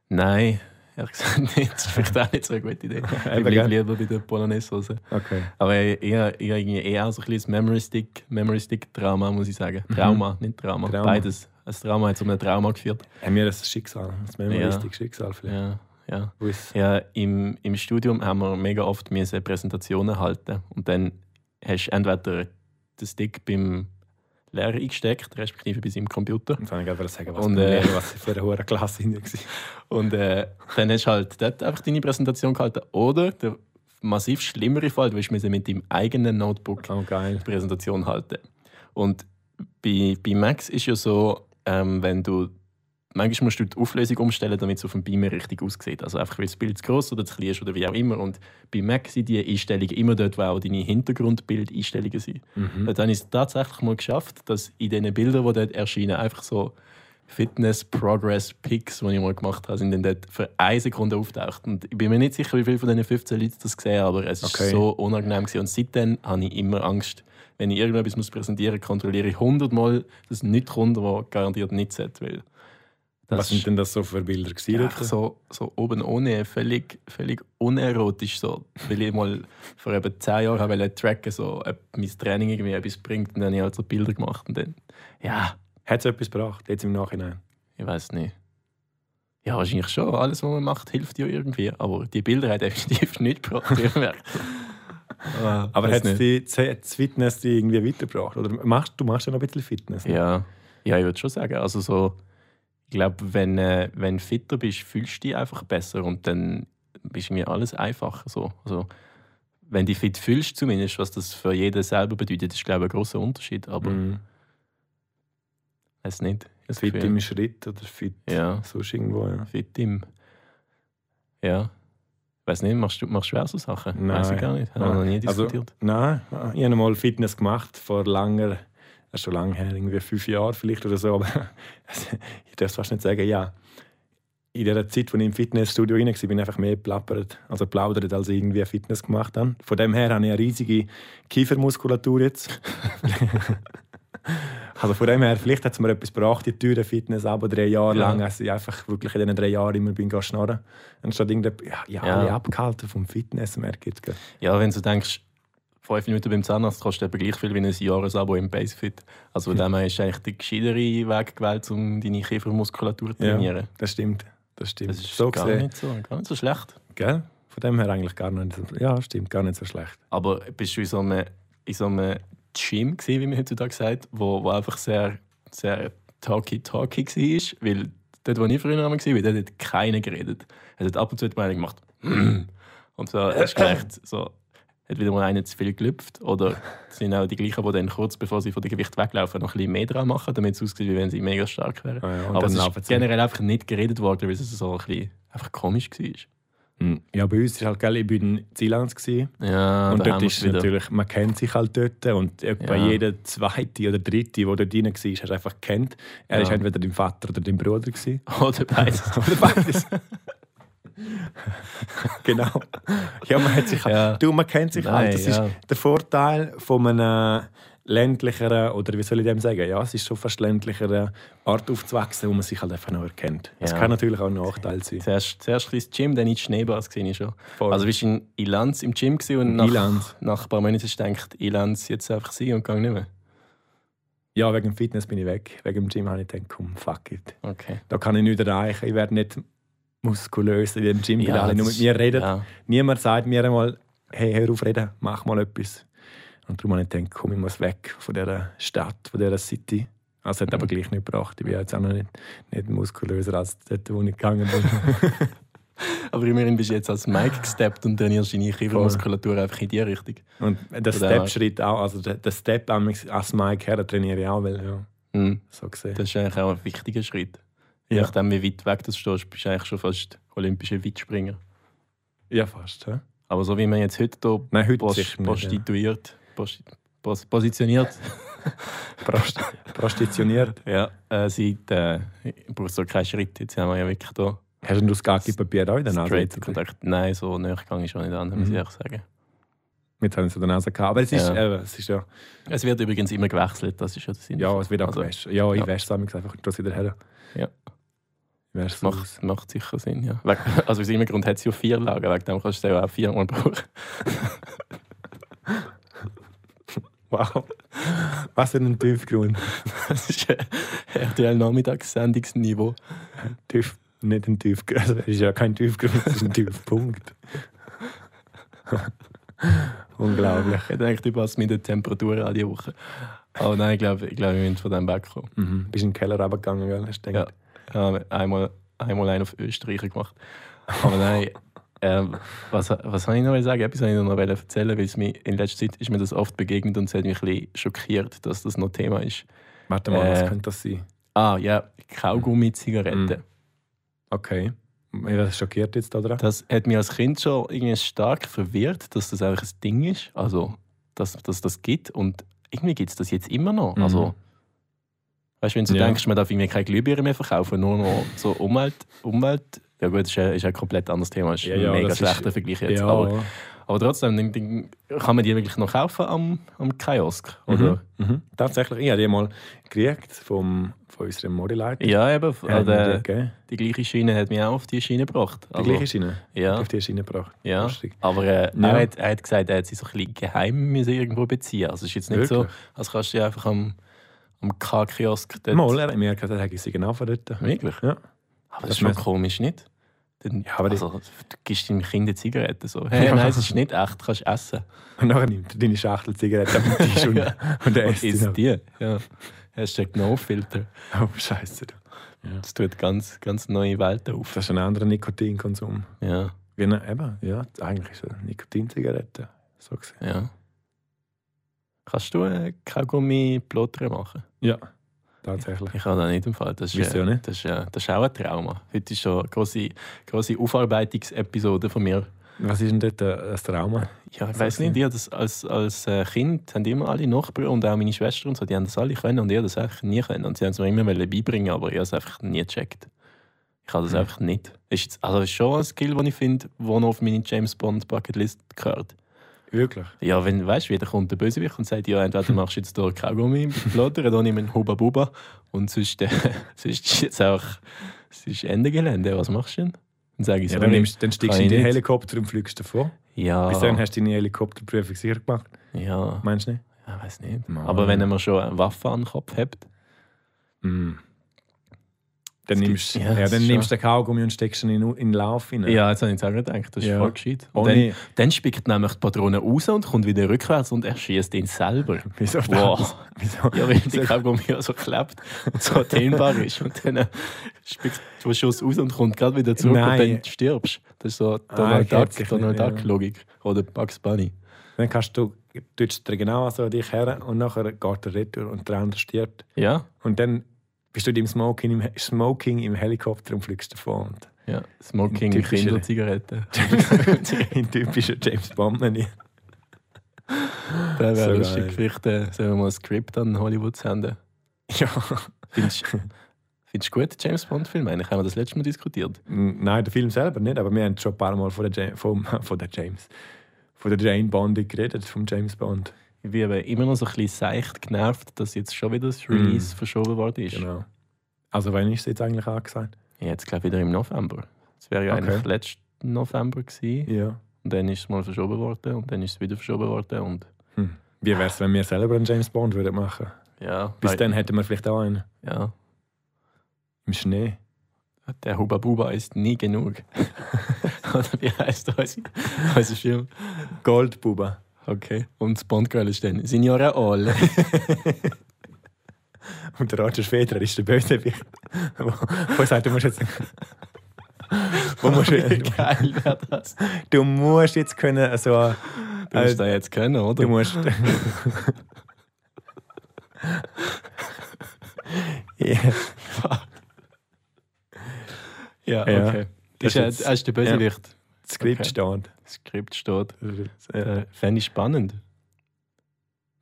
S1: Nein, ehrlich gesagt nicht. Das ist vielleicht auch nicht so eine gute Idee. ich
S3: gell?
S1: bleibe lieber bei der Polonaise. Also.
S3: Okay.
S1: Aber ich, ich, habe- ich habe irgendwie eher auch so ein bisschen Memory Stick, Memory Stick Drama, muss ich sagen. Trauma, nicht Drama.
S3: Mhm. Trauma.
S1: Beides. Das Trauma hat zu einem Trauma geführt.
S3: Haben wir ein Schicksal, ein memoristisches Schicksal vielleicht.
S1: Ja, ja.
S3: Wo es-
S1: ja im, Im Studium haben wir mega oft müssen Präsentationen halten und dann hast du entweder den Stick beim Lehrer eingesteckt, respektive bei seinem Computer.
S3: Jetzt wollte ich gerade sagen, was,
S1: Und,
S3: und, äh,
S1: äh,
S3: was für eine hohe Klasse in dir war.
S1: Und äh, dann hast du halt dort einfach deine Präsentation gehalten. Oder der massiv schlimmere Fall, du hast müssen mit deinem eigenen Notebook
S3: Oh, geil.
S1: Präsentation halten. Und bei, bei Max ist ja so, ähm, wenn du manchmal musst du die Auflösung umstellen, damit es auf dem Beamer richtig aussieht. Also einfach, weil das Bild zu groß oder zu klein ist oder wie auch immer. Und bei Mac sind die Einstellungen immer dort, wo auch deine Hintergrundbildeinstellungen sind.
S3: Mhm.
S1: Dort habe ich es tatsächlich mal geschafft, dass in diesen Bildern, die dort erscheinen, einfach so Fitness Progress Pics, die ich mal gemacht habe, sind dann dort für eine Sekunde auftaucht. Und ich bin mir nicht sicher, wie viele von diesen 15 Leuten das gesehen haben, aber es ist
S3: Okay.
S1: so unangenehm. Gewesen. Und seitdem habe ich immer Angst, wenn ich irgendetwas muss präsentieren muss, kontrolliere ich hundertmal, dass nichts kommt, was garantiert nicht sollte. Weil Das
S3: Was
S1: ist-
S3: sind denn das so für Bilder gewesen?
S1: Einfach so, so oben ohne, völlig, völlig unerotisch. So. Weil ich mal vor etwa zehn Jahren habe wollte tracken so, ob mein Training irgendwie etwas bringt. Und dann habe ich halt so Bilder gemacht. Und dann, ja,
S3: Hat es etwas gebracht, jetzt im Nachhinein?
S1: ich weiß nicht. Ja, wahrscheinlich schon. Alles, was man macht, hilft ja irgendwie. Aber die Bilder haben definitiv nicht gebracht. Irgendwer.
S3: Aber
S1: Ah, Weiss
S3: hat es die, hat das Fitness die irgendwie weitergebracht? Oder machst, du machst ja noch ein bisschen Fitness? ne?
S1: Ja, ja ich würde schon sagen. Also so, ich glaube, wenn, äh, wenn du fitter bist, fühlst du dich einfach besser und dann ist mir alles einfacher so. Also, wenn du dich fit fühlst, zumindest, was das für jeden selber bedeutet, ist, glaube ich, ein großer Unterschied. Aber ich
S3: Mhm.
S1: weiß nicht. Ich hab das
S3: Fit
S1: Gefühl-
S3: im Schritt oder fit
S1: Ja,
S3: sonst irgendwo. Ja.
S1: fit im. Ja. Ich weiß nicht, machst du, machst du auch so Sachen?
S3: Nein.
S1: Weiß ich gar nicht. Haben wir
S3: Nein.
S1: noch nie
S3: Also-
S1: diskutiert.
S3: Nein, ich habe mal Fitness gemacht vor langer, das ist schon lange her, irgendwie fünf Jahren vielleicht oder so, aber ich darf es fast nicht sagen, ja. In der Zeit, als ich im Fitnessstudio rein war, bin ich einfach mehr plappert, also plaudert, als ich irgendwie Fitness gemacht habe. Von dem her habe ich eine riesige Kiefermuskulatur jetzt. also von dem her, vielleicht hat es mir etwas gebracht, die teure Fitness, aber drei Jahre
S1: Ja.
S3: lang, als ich einfach wirklich in diesen drei Jahren immer bin gegangen schnarren, anstatt irgendwie, ja, ja,
S1: Ja.
S3: alle abgehalten vom Fitness, merke ich jetzt. gerade.
S1: Ja, wenn du denkst, fünf Minuten beim Zahnarzt kostet etwa gleich viel wie ein Jahresabo im Basefit. Also
S3: Hm.
S1: von dem her ist eigentlich der gescheitere Weg gewählt, um deine Kiefermuskulatur zu
S3: Ja.
S1: trainieren.
S3: Das stimmt. Das stimmt.
S1: Das ist
S3: so
S1: gar,
S3: gesehen.
S1: nicht so, gar nicht so schlecht.
S3: Gell? Von dem her eigentlich gar nicht so. Ja, stimmt, gar nicht so schlecht.
S1: Aber bist du in so einem, in so einem Gym, gewesen, wie man heutzutage sagt, wo, wo einfach sehr, sehr talky-talky war? Weil dort, wo ich früher einmal war, dort hat keiner geredet. Es hat ab und zu hat mal einer gemacht «Hm». und so hast du gemerkt, so, hat wieder mal einer zu viel gelüpft. Oder es sind auch die gleichen, die dann kurz bevor sie von dem Gewicht weglaufen, noch ein bisschen mehr dran machen, damit es aussieht, wie wenn sie mega stark wären.
S3: Ah ja, und
S1: Aber
S3: dann
S1: es
S3: laufen
S1: ist
S3: sie.
S1: generell einfach nicht geredet worden, weil es so ein bisschen einfach komisch war.
S3: Ja, bei uns ist halt, gell, ich bin in Zielands gewesen.
S1: Ja, Hm.
S3: und
S1: Ah, da
S3: dort
S1: haben
S3: ist
S1: wir's wieder.
S3: natürlich, man kennt sich halt dort und etwa
S1: Ja.
S3: jeder zweite oder dritte, der dort drin war, hast du einfach gekannt. Er
S1: Ja.
S3: ist entweder dein Vater oder dein Bruder gewesen.
S1: Oder beides.
S3: Oder beides. genau. Ja, man hat sich
S1: Ja.
S3: Du, man kennt sich
S1: Nein,
S3: halt. Das
S1: ja.
S3: ist der Vorteil von einem ländlicheren, oder wie soll ich dem sagen? Ja, es ist schon fast ländlicheren Art aufzuwachsen, wo man sich halt einfach noch erkennt. Das
S1: Ja.
S3: kann natürlich auch ein Nachteil sein.
S1: Zuerst, zuerst ins Gym, dann in die Schneebars gesehen schon.
S3: Voll.
S1: Also bist du in Ilanz im Gym gewesen und nach,
S3: Ilanz.
S1: nach ein paar Monaten hast du gedacht, Ilanz jetzt einfach sein und gang nicht mehr.
S3: Ja, wegen dem Fitness bin ich weg. Wegen dem Gym habe ich gedacht, komm, fuck it.
S1: Okay.
S3: Da kann ich nichts erreichen. Ich werde nicht muskulös in dem Gym, weil alle nur
S1: das-
S3: mit mir reden.
S1: Ja.
S3: Niemand sagt mir einmal, hey, hör auf reden, mach mal etwas. Und darum habe ich gedacht, komm, ich muss weg von dieser Stadt, von dieser City. Also hat aber
S1: Mhm.
S3: gleich nicht gebracht. Ich bin jetzt auch noch nicht, nicht muskulöser als dort, wo ich gegangen bin.
S1: Aber immerhin bist du jetzt als Mike gesteppt und trainierst deine Kiefermuskulatur einfach in die Richtung.
S3: Und der
S1: Von dem her.
S3: Step-Schritt auch, also der, der Step am- als Mike her trainiere ich auch, weil ja,
S1: Mhm.
S3: so gesehen.
S1: Das ist eigentlich auch ein wichtiger Schritt. Je
S3: Ja.
S1: Nachdem, wie weit weg du stehst, bist du eigentlich schon fast olympischer Weitspringer.
S3: Ja, fast. Ja?
S1: Aber so wie man jetzt heute hier
S3: Nein, heute
S1: post
S3: sicher nicht, ja.
S1: prostituiert, post pos positioniert,
S3: Prost Prostitioniert.
S1: ja, äh, seit, äh, brauchst du keinen Schritt. Jetzt haben wir ja wirklich hier
S3: Hast du das Gaki-Papier auch in der Nase?
S1: Straight
S3: Jetzt,
S1: Kontakt. Nein, so näher gegangen ist schon nicht an, muss ich ehrlich sagen.
S3: jetzt haben sie es in der Nase gehabt. Aber es ist,
S1: Ja.
S3: eben, es ist ja,
S1: Es wird übrigens immer gewechselt, das ist ja der Sinn.
S3: ja, es wird auch
S1: Also,
S3: gewaschen. Ja, ich
S1: ja.
S3: wäsche es manchmal einfach und tue es wieder her.
S1: Ja.
S3: Ich wäsche es aus.
S1: Macht, macht sicher Sinn, ja. Wegen- Also aus irgendeinem Grund hat es ja vier Lagen, wegen dem kannst du es ja auch viermal brauchen.
S3: Wow. Was für ein Tiefgrund.
S1: Das ist äh, RTL-Nachmittagssendungsniveau.
S3: Tief, nicht ein Tiefgrund. Also, es ist ja kein Tiefgrund, es ist ein Tiefpunkt. Unglaublich.
S1: Ich denke, du passt mit den Temperaturen an die Woche. Aber nein, ich glaube, ich glaub, wir müssen von dem wegkommen.
S3: Mhm. Bist in den Keller runtergegangen, gell? Hast du
S1: Ja.
S3: gedacht,
S1: Ähm, einmal, einmal einen auf Österreicher gemacht. Aber nein, ähm, was, was habe ich noch sagen? Etwas wollte ich noch erzählen, weil es mir in letzter Zeit ist mir das oft begegnet und es hat mich ein bisschen schockiert, dass das noch Thema ist.
S3: Warte mal, was
S1: Äh.
S3: könnte das sein?
S1: Ah ja, Kaugummi-Zigaretten.
S3: Okay. Ja, Das schockiert jetzt, oder?
S1: Das hat mich als Kind schon irgendwie stark verwirrt, dass das eigentlich ein Ding ist. Also, dass, dass das gibt. Und irgendwie gibt es das jetzt immer noch.
S3: Mhm.
S1: Also, weißt du, wenn du
S3: Ja.
S1: denkst, man darf irgendwie keine Glühbirne mehr verkaufen, nur noch so Umwelt. Umwelt ja, gut, ist ja, ist ja ein komplett anderes Thema. Ist ein mega schlechter Vergleich jetzt.
S3: Ja,
S1: Aber, Aber trotzdem dann, dann kann man die wirklich noch kaufen am, am Kiosk. Oder?
S3: Mhm. Tatsächlich, ich habe die mal gekriegt vom, von unserem Modeleiter.
S1: Ja, eben.
S3: Hat
S1: also,
S3: mir die
S1: äh,
S3: gegeben.
S1: die gleiche Schiene hat mich auch auf die Schiene gebracht. Also,
S3: Die gleiche Schiene?
S1: Ja.
S3: Auf die Schiene gebracht.
S1: Ja,
S3: Lustig.
S1: aber äh,
S3: Ja.
S1: Er, hat, er hat gesagt, er hat sie so ein bisschen geheim müssen irgendwo beziehen. Also es ist jetzt nicht
S3: Wirklich?
S1: so, als kannst du die einfach am, am K-Kiosk dort...
S3: Mal, er hat mir gesagt, er hätte sie genau von dort.
S1: Wirklich?
S3: Ja.
S1: Aber das ist schon
S3: müssen-
S1: komisch, nicht? Dann,
S3: Ja, aber die-
S1: also, du gibst deinem Kind eine Zigarette so. Hey,
S3: Ja.
S1: nein, es ist nicht echt, kannst essen.
S3: Und nachher nimmt er deine Schachtel Zigarette auf den Tisch und, und er
S1: Und
S3: isst sie
S1: isst
S3: noch.
S1: die. Ja. Hashtag No-Filter.
S3: Oh, Scheiße. du.
S1: Das tut ganz, ganz neue Welten auf.
S3: Das ist ein anderer Nikotinkonsum.
S1: Ja,
S3: Wie eine, eben, ja, eigentlich ist es eine Nikotinzigarette. So gesehen.
S1: ja. Kannst du äh, kaugummi plotter machen?
S3: Ja. Tatsächlich.
S1: Ich kann das nicht im Fall. Das ist,
S3: Wieso
S1: äh,
S3: nicht?
S1: Das ist, äh, das ist auch ein Trauma. Heute ist schon eine grosse, grosse Aufarbeitungsepisode von mir.
S3: Was ist denn dort äh, das Trauma?
S1: Ja, ich
S3: Was
S1: weiß
S3: sagst du?
S1: nicht, ich hab das als, als äh, Kind haben immer alle Nachbarn und auch meine Schwester und so, die haben das alle können und ich hab das einfach nie können. Und sie haben es mir immer wollen beibringen, aber ich habe es einfach nie gecheckt. Ich habe das einfach nicht. Ist jetzt, also ist schon ein Skill, den ich finde, der noch auf meine James Bond Bucketlist gehört.
S3: Wirklich?
S1: Ja, wenn weißt, wieder kommt der Bösewicht und sagt, ja, entweder machst du jetzt hier Kaugummi plaudern, dann nimm einen Huba Buba und sonst, äh, sonst ist jetzt auch sonst Ende Gelände. Was machst du denn? Dann sage ich
S3: Ja,
S1: so,
S3: dann, nimmst, dann
S1: kann
S3: steigst du in
S1: ich
S3: den
S1: nicht.
S3: Helikopter und fliegst davon.
S1: ja,
S3: Bis dann hast du deine Helikopterprüfung sicher gemacht.
S1: ja,
S3: Meinst du nicht?
S1: ich weiß nicht.
S3: Mann.
S1: Aber wenn man schon eine Waffe an den Kopf hat,
S3: Mm. Dann,
S1: Es
S3: nimmst,
S1: gibt- ja,
S3: ja,
S1: das
S3: dann
S1: ist
S3: nimmst du den Kaugummi und steckst ihn in in den Lauf rein.
S1: ja, jetzt habe ich es auch gedacht, das ist
S3: Ja.
S1: voll gescheit. Und
S3: Oh,
S1: dann,
S3: nee.
S1: dann spickt nämlich die Patrone raus und kommt wieder rückwärts und erschießt ihn selber.
S3: Wieso das?
S1: Wow.
S3: Wieso?
S1: Ja, weil der Kaugummi ja so klebt und so dehnbar ist. Und dann äh, spitzt du einen Schuss aus und kommt gerade wieder zurück und
S3: Nein.
S1: dann stirbst Das ist so
S3: Ah, ich
S1: Donald
S3: hätte
S1: Duck,
S3: sich
S1: Donald
S3: nicht, ja.
S1: Duck Logik. Oder Bugs Bunny.
S3: Dann kannst du, tust du dir genau so an dich her und nachher geht der Retour und der andere stirbt.
S1: Ja,
S3: Und dann bist du im Smoking im, He- Smoking im Helikopter und fliegst davon. Und
S1: ja. Smoking,
S3: Typische-
S1: Kinderzigaretten.
S3: in typischer James Bond Manier.
S1: das wäre
S3: So
S1: lustig.
S3: geil.
S1: Vielleicht äh, sollen wir mal ein Skript an Hollywood senden.
S3: Ja.
S1: Findest findest du gut James Bond-Film? Eigentlich haben wir das letzte Mal diskutiert.
S3: Mm, Nein, der Film selber nicht, aber wir haben schon ein paar Mal von der, ja vom, von der James, von der Jane Bond geredet, vom James Bond.
S1: Ich bin eben immer noch so ein bisschen seicht genervt, dass jetzt schon wieder das Release verschoben worden ist.
S3: Genau. Also wann ist es jetzt eigentlich angesagt?
S1: Ja, Jetzt glaube ich wieder im November. Es wäre ja
S3: Okay.
S1: eigentlich letzten November gewesen.
S3: Ja.
S1: Und dann ist es mal verschoben worden und dann ist es wieder verschoben worden. Und
S3: Hm. Wie wäre es, wenn wir selber einen James Bond würden machen?
S1: ja,
S3: Bis
S1: weil-
S3: dann hätten wir vielleicht auch einen
S1: Ja,
S3: im Schnee.
S1: der Huba Buba ist nie genug. Oder wie heißt das? Unser Film.
S3: Goldbuba.
S1: Okay. Und das Bondgirl ist dann Signora All.
S3: Und der Roger Federer ist der Bösewicht. wo, wo sagt, du musst jetzt... wo musst, du,
S1: Geil wäre das.
S3: du musst jetzt können so... äh,
S1: Du musst das jetzt können, oder?
S3: Du musst. ja,
S1: ja,
S3: Ja.
S1: okay.
S3: Das
S1: Das ist,
S3: ist jetzt-
S1: ja, ist der Bösewicht.
S3: das Skript
S1: Okay.
S3: stand.
S1: Das Skript steht.
S3: Ja.
S1: Äh, Fände ich spannend.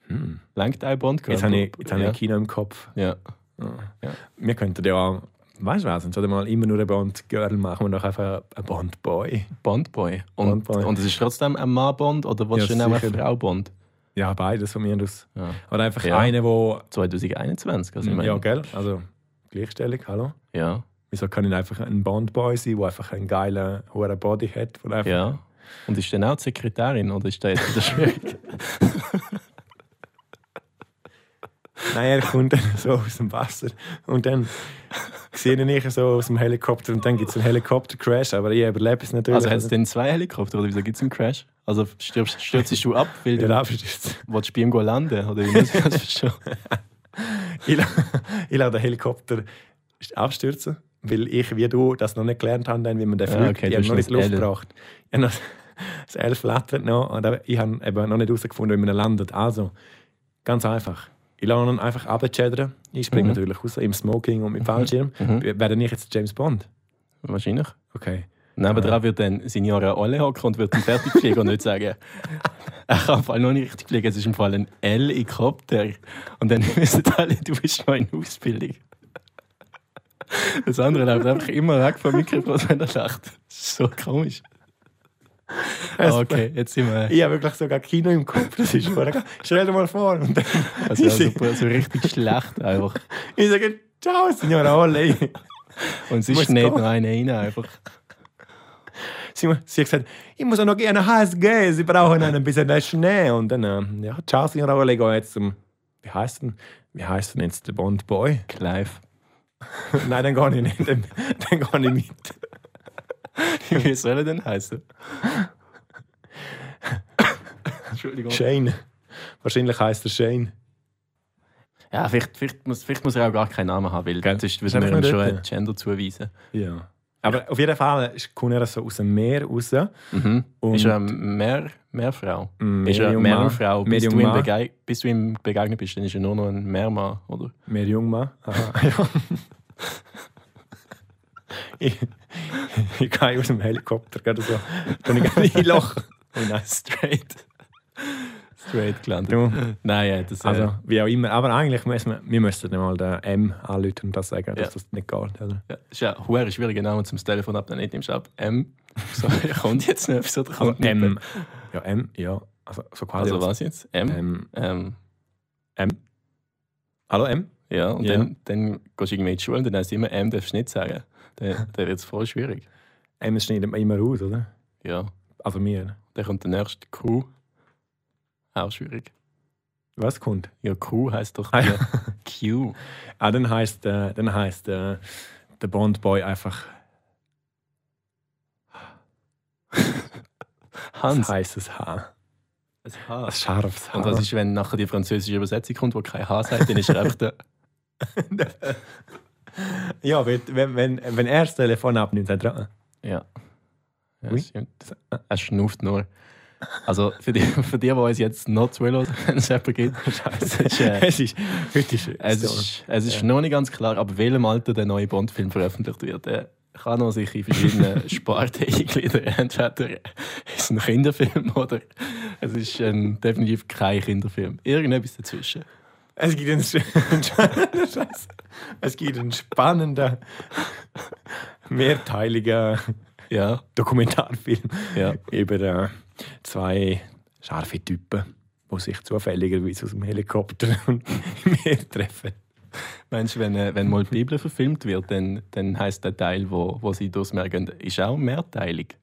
S3: Hm.
S1: Langt ein Bondgirl.
S3: Jetzt habe ich, jetzt habe ich
S1: ja.
S3: Kino im Kopf.
S1: ja. Ja.
S3: Wir könnten ja auch, weißt du was, jetzt oder mal immer nur eine Bond-Girl machen und noch einfach einen Bond-Boy.
S1: Bondboy. Und,
S3: Bondboy.
S1: und es ist trotzdem ein Mann Bond oder was
S3: Ja,
S1: schon auch eine
S3: sicher.
S1: Frau Bond?
S3: Ja, beides von mir aus.
S1: Ja.
S3: Oder einfach
S1: Ja.
S3: einen, der.
S1: 2021, also ich meine.
S3: Ja, gell? Also, Gleichstellung, hallo?
S1: Ja,
S3: Wieso kann ich einfach ein Bond-Boy sein, der einfach einen geilen, hohen Body hat? wo einfach-
S1: ja. Und ist dann auch die Sekretärin oder ist das jetzt wieder schwierig?
S3: Nein, er kommt dann so aus dem Wasser. Und dann sehe ich ihn so aus dem Helikopter und dann gibt es einen Helikopter-Crash, aber ich überlebe es natürlich.
S1: also hat es dann zwei Helikopter oder wieso gibt es einen Crash? Also stirbst, stürzt du ab, weil
S3: ich
S1: du
S3: laufe jetzt.
S1: willst bei ihm gehen landen oder wie muss ich das verstehen?
S3: Ich la- ich lasse den Helikopter abstürzen, weil ich, wie du, das noch nicht gelernt habe, dann, wie man den
S1: Ja,
S3: fliegt.
S1: Ah, okay,
S3: ich
S1: du
S3: habe
S1: hast
S3: noch
S1: noch
S3: nicht in die Luft
S1: das L.
S3: gebracht. Ich habe noch das L flattert noch und eben- ich habe eben noch nicht herausgefunden, wie man landet. Also, ganz einfach. Ich lasse ihn einfach abcheddern. Ich springe
S1: Mhm.
S3: natürlich raus im Smoking und mit Fallschirm.
S1: Mhm.
S3: Werde ich jetzt James Bond?
S1: Wahrscheinlich.
S3: Okay.
S1: Nebendran wird dann Signora alle hocken und wird dann fertig fliegen und nicht sagen, er kann im Fall noch nicht richtig fliegen, es ist im Fall ein Helikopter. Und dann wissen alle, du bist noch in Ausbildung. Das andere läuft einfach immer weg vom Mikrofon, wenn er lacht. Das ist so komisch. Ah, okay, jetzt sind wir.
S3: Ich habe wirklich sogar Kino im Kopf. Das ist voll geil. Stell dir mal vor. Und dann,
S1: Also,
S3: ich,
S1: also, so richtig schlecht einfach.
S3: ich sage, ciao, Signora Olle.
S1: Und sie
S3: Muss
S1: schneit
S3: gehen.
S1: noch einen rein einfach.
S3: Sie, sie hat gesagt, ich muss auch noch gerne heiß gehen. Sie brauchen einen bisschen mehr Schnee. Und dann, äh, ja, ciao, Signora Olle. Ich gehe jetzt zum, wie heißt denn, wie heißt denn jetzt der Bond Boy?
S1: Live.
S3: Nein, dann gehe ich nicht. Dann, dann gehe ich mit.
S1: Wie soll er denn heißen? Entschuldigung.
S3: Shane. Wahrscheinlich heißt er Shane.
S1: Ja, vielleicht, vielleicht, muss, vielleicht muss er auch gar keinen Namen haben, weil
S3: Gell?
S1: sonst
S3: Ist
S1: würden wir
S3: einfach
S1: ihm
S3: nur
S1: schon
S3: dort.
S1: ein Gender zuweisen.
S3: Ja. Aber auf jeden Fall kommt er so aus dem Meer raus.
S1: Mhm.
S3: Und-
S1: ist er mehr, mehr Frau?
S3: Mm,
S1: Ist er
S3: Medium
S1: mehr
S3: Mann.
S1: Frau? Bis
S3: Medium
S1: du, ihm
S3: Mann.
S1: begeg- bis du ihm begegnet bist, dann ist er nur noch ein Mehrmann, oder?
S3: Mehr Jungmann. Aha, ja. ich, ich gehe aus dem Helikopter gerade so. Dann ich gerade in Loch.
S1: Oh nein, straight. straight gelandet.
S3: Du.
S1: Nein, ja, das
S3: Also,
S1: äh,
S3: wie auch immer. Aber eigentlich müssen wir, wir müssen dann mal den M anrufen und das sagen, dass
S1: Ja.
S3: das nicht geht. Oder?
S1: ja, ist ja ein huere schwieriger Name zum Telefon ab, dann nicht nimmst du ab. M. So, kommt jetzt noch etwas oder
S3: Also
S1: kommt
S3: M.
S1: nicht?
S3: Ja, M, ja. Also, so quasi.
S1: Also was jetzt? M?
S3: Ähm,
S1: Ähm,
S3: hallo M?
S1: ja, und
S3: Ja.
S1: Dann, dann gehst du irgendwie in die Schule und dann heißt es immer, M darfst du nicht sagen. Dann, dann wird es voll schwierig.
S3: M schneidet man immer aus, oder?
S1: Ja.
S3: Also mir.
S1: Dann kommt der nächste Q. Auch schwierig.
S3: Was kommt?
S1: Ja, Q heißt doch
S3: Ah,
S1: die Q.
S3: Ah, dann heißt, äh, dann heißt äh, der Bondboy einfach
S1: Hans.
S3: ein heißes Haar.
S1: Ein H.
S3: Ein scharfes Haar.
S1: Und was ist, wenn nachher die französische Übersetzung kommt, wo kein H sagt, dann ist er einfach der.
S3: ja, wenn, wenn, wenn, wenn er das Telefon abnimmt, dann dran.
S1: Ja. ja
S3: Oui.
S1: das stimmt. Er schnauft nur. Also für die, für die, die uns jetzt noch zuhören, wenn es jemanden gibt, es ist, äh,
S3: es ist, heute ist
S1: es ist, es ist noch nicht ganz klar, ab welchem Alter der neue Bond-Film veröffentlicht wird. Er kann er sich in verschiedenen Sparten eingliedern. Entweder ist es ein Kinderfilm oder es ist ähm, definitiv kein Kinderfilm. Irgendetwas dazwischen.
S3: es gibt einen, Scheiße. es gibt einen spannenden, mehrteiligen
S1: Ja,
S3: Dokumentarfilm
S1: ja.
S3: über äh, zwei scharfe Typen, die sich zufälligerweise aus dem Helikopter und im Meer treffen.
S1: Meinst du, wenn, äh, wenn mal die Bibel verfilmt wird, dann, dann heisst der Teil, wo, wo sie durchs Meer gehen, ist auch mehrteilig?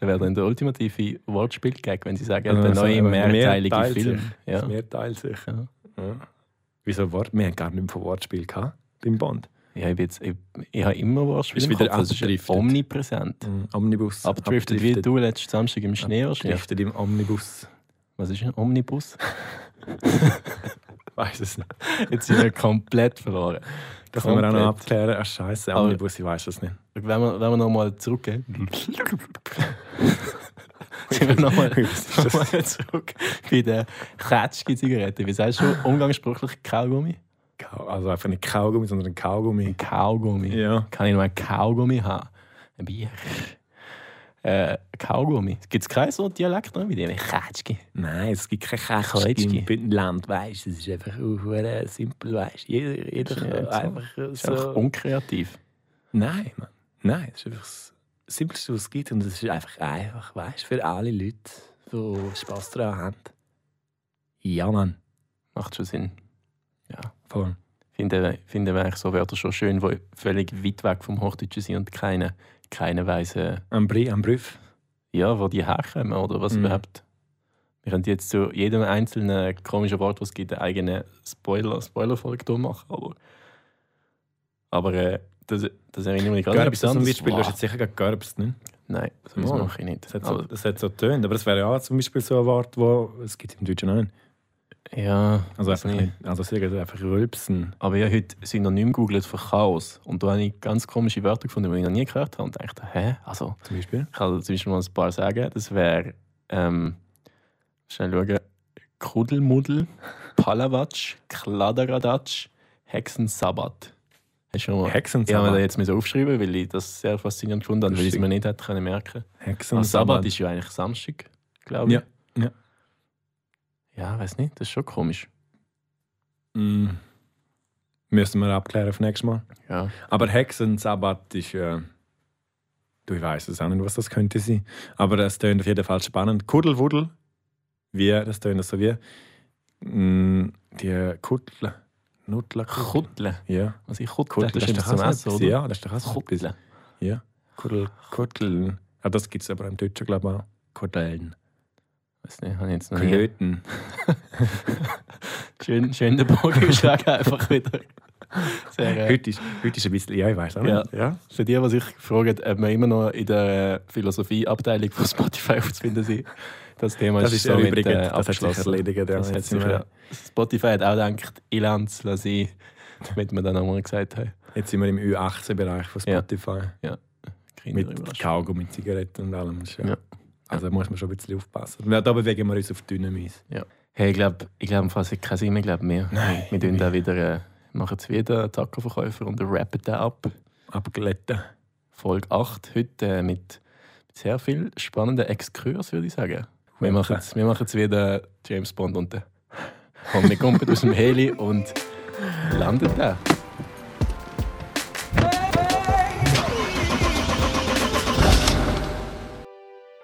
S1: Das wäre dann der ultimative Wortspiel-Gag, wenn sie sagen, der
S3: Also,
S1: neue
S3: aber
S1: mehrteilige
S3: mehrteilt sich.
S1: Film.
S3: Das
S1: Ja.
S3: Meer teilt sich.
S1: Ja.
S3: Ja. Wieso Wort? Wir haben gar nicht mehr von Wortspiel gehabt beim Bond.
S1: Ja, ich, bin jetzt, ich, ich habe immer Wortspiel
S3: Ist
S1: im
S3: wieder
S1: Kopf, das ist
S3: abgedriftet.
S1: omnipräsent.
S3: Mhm. Omnibus.
S1: Abdriftet wie du letzten Samstag im Schnee wahrscheinlich.
S3: Driftet im Omnibus.
S1: Was ist ein Omnibus?
S3: Weiß es nicht.
S1: Jetzt sind wir komplett verloren.
S3: Das müssen wir auch noch
S1: Komplett.
S3: abklären. Ah, Scheiße,
S1: Aber-
S3: Omnibus, ich weiß es nicht.
S1: Wenn wir, wenn wir nochmal zurückgehen. Sind wir nochmal
S3: Was ist das?
S1: noch mal zurück bei der Kätschki-Zigarette. Wie sagst du umgangssprachlich Kaugummi?
S3: Kau- Also einfach nicht Kaugummi, sondern ein Kaugummi.
S1: Kaugummi.
S3: Ja.
S1: Kann ich noch ein Kaugummi haben? Ein Bier. Äh, Kaugummi. Gibt es keinen so Dialekt noch mit dem? Kätschki.
S3: Nein, es gibt kein
S1: Kätzki.
S3: Kätzki im Bündnerland, weißt du. Es ist einfach uh, simpel, weißt du. Jeder, jeder
S1: Ist ja
S3: kann
S1: nicht so.
S3: einfach äh,
S1: Ist einfach
S3: so.
S1: unkreativ.
S3: Nein, Mann. Nein, es ist einfach das Simpleste, was es gibt. Und es ist einfach einfach, weißt du, für alle Leute, die Spass daran haben. Ja, Mann.
S1: Macht schon Sinn.
S3: Voll.
S1: Finden finde wir eigentlich so Wörter schon schön, die völlig weit weg vom Hochdeutschen sind und keine, keine Weise.
S3: Am, Brie, am Brief.
S1: ja, wo die herkommen oder was
S3: Mhm.
S1: überhaupt. Wir können jetzt zu jedem einzelnen komischen Wort, was es gibt, eine eigene Spoiler, Spoiler-Folge hier machen. Aber, aber äh, das, das erinnert mich gerade an
S3: Gerbs zum Beispiel, du hast
S1: Wow.
S3: jetzt sicher gerade Gerbs, ne?
S1: Nein, so etwas
S3: Oh.
S1: mache ich nicht.
S3: Das hat so,
S1: Aber,
S3: das hat so tönt, aber das wäre ja auch zum Beispiel so ein Wort, wo es gibt im Deutschen auch nicht.
S1: ja,
S3: Also
S1: weiß
S3: einfach,
S1: nicht.
S3: nicht. also es ist einfach Rülpsen.
S1: aber ich habe heute Synonym googelt für Chaos. Und da habe ich ganz komische Wörter gefunden, die ich noch nie gehört habe. Und dachte, hä? Also,
S3: Zum Beispiel.
S1: ich kann zum Beispiel mal ein paar sagen. Das wäre, ähm, schnell schauen, Kuddelmuddel, Palawatsch, Kladderadatsch, Hexensabbat. Hast du schon mal? Ich habe mir das
S3: Hexensabbat.
S1: jetzt müssen aufschreiben, weil ich das sehr faszinierend gefunden habe, weil ich es mir nicht hätte können merken können. Sabbat
S3: Hexensabbat
S1: ist ja eigentlich Samstag, glaube ich.
S3: Ja, ja.
S1: Ja, weiß nicht, das ist schon komisch.
S3: Mm. Müssen wir abklären auf nächstes Mal.
S1: Ja.
S3: Aber Hexensabbat ist äh, Du, ich weiß es auch nicht, was das könnte sein. Aber das tönt auf jeden Fall spannend. Kuddelwuddel, wie, das tönt so wie mm, die Kuddel, Nuddler,
S1: Kuttle.
S3: ja.
S1: Was ich Kutle?
S3: Kuddel,
S1: das ist
S3: doch
S1: zum
S3: auch so
S1: Essen,
S3: etwas.
S1: oder?
S3: Ja, das ist doch auch so etwas.
S1: Kutle.
S3: Ja. Kuddel, Kuddeln. Ah, das gibt es aber im Deutschen, glaube ich, auch. Kuddeln.
S1: Weiß nicht, habe ich jetzt noch nie.
S3: Klöten.
S1: Schön, schön den Bogenschlag einfach wieder. Sehr, äh,
S3: Heute ist, heute ist ein bisschen, ja, ich weiß auch.
S1: Ja.
S3: nicht. ja.
S1: für die, was ich gefragt habe, ob wir immer noch in der äh, Philosophieabteilung von Spotify aufzufinden sind. Das Thema
S3: Das
S1: ist,
S3: ist ja
S1: somit,
S3: übrigens,
S1: äh,
S3: das hat sich
S1: abgeschlossen.
S3: erledigt, ja.
S1: Das hat
S3: Jetzt
S1: sich,
S3: sind wir-
S1: ja. Spotify hat auch gedacht, ich lasse es sein, damit wir dann nochmal gesagt haben.
S3: Jetzt sind wir im Ü18-Bereich von
S1: Ja.
S3: Spotify. Mit
S1: Kinderüberraschung.
S3: Kaugummi, Zigaretten und allem. Das ist Ja.
S1: Ja.
S3: Also da muss man schon ein bisschen aufpassen. Ja, da bewegen wir uns auf dünnem Eis.
S1: Hey, ich glaube, ich glaub, im Fall hat keinen Sinn mehr. Glaub, mehr.
S3: Nein.
S1: Wir tun da wieder, äh, machen es wieder, Taco-Verkäufer und rappen den ab.
S3: Abgelitten.
S1: Folge 8 heute äh, mit sehr viel spannenden Exkurs, würde ich sagen. Wir machen jetzt, wir machen jetzt wieder James Bond und den Homie kommt aus dem Heli und landet da.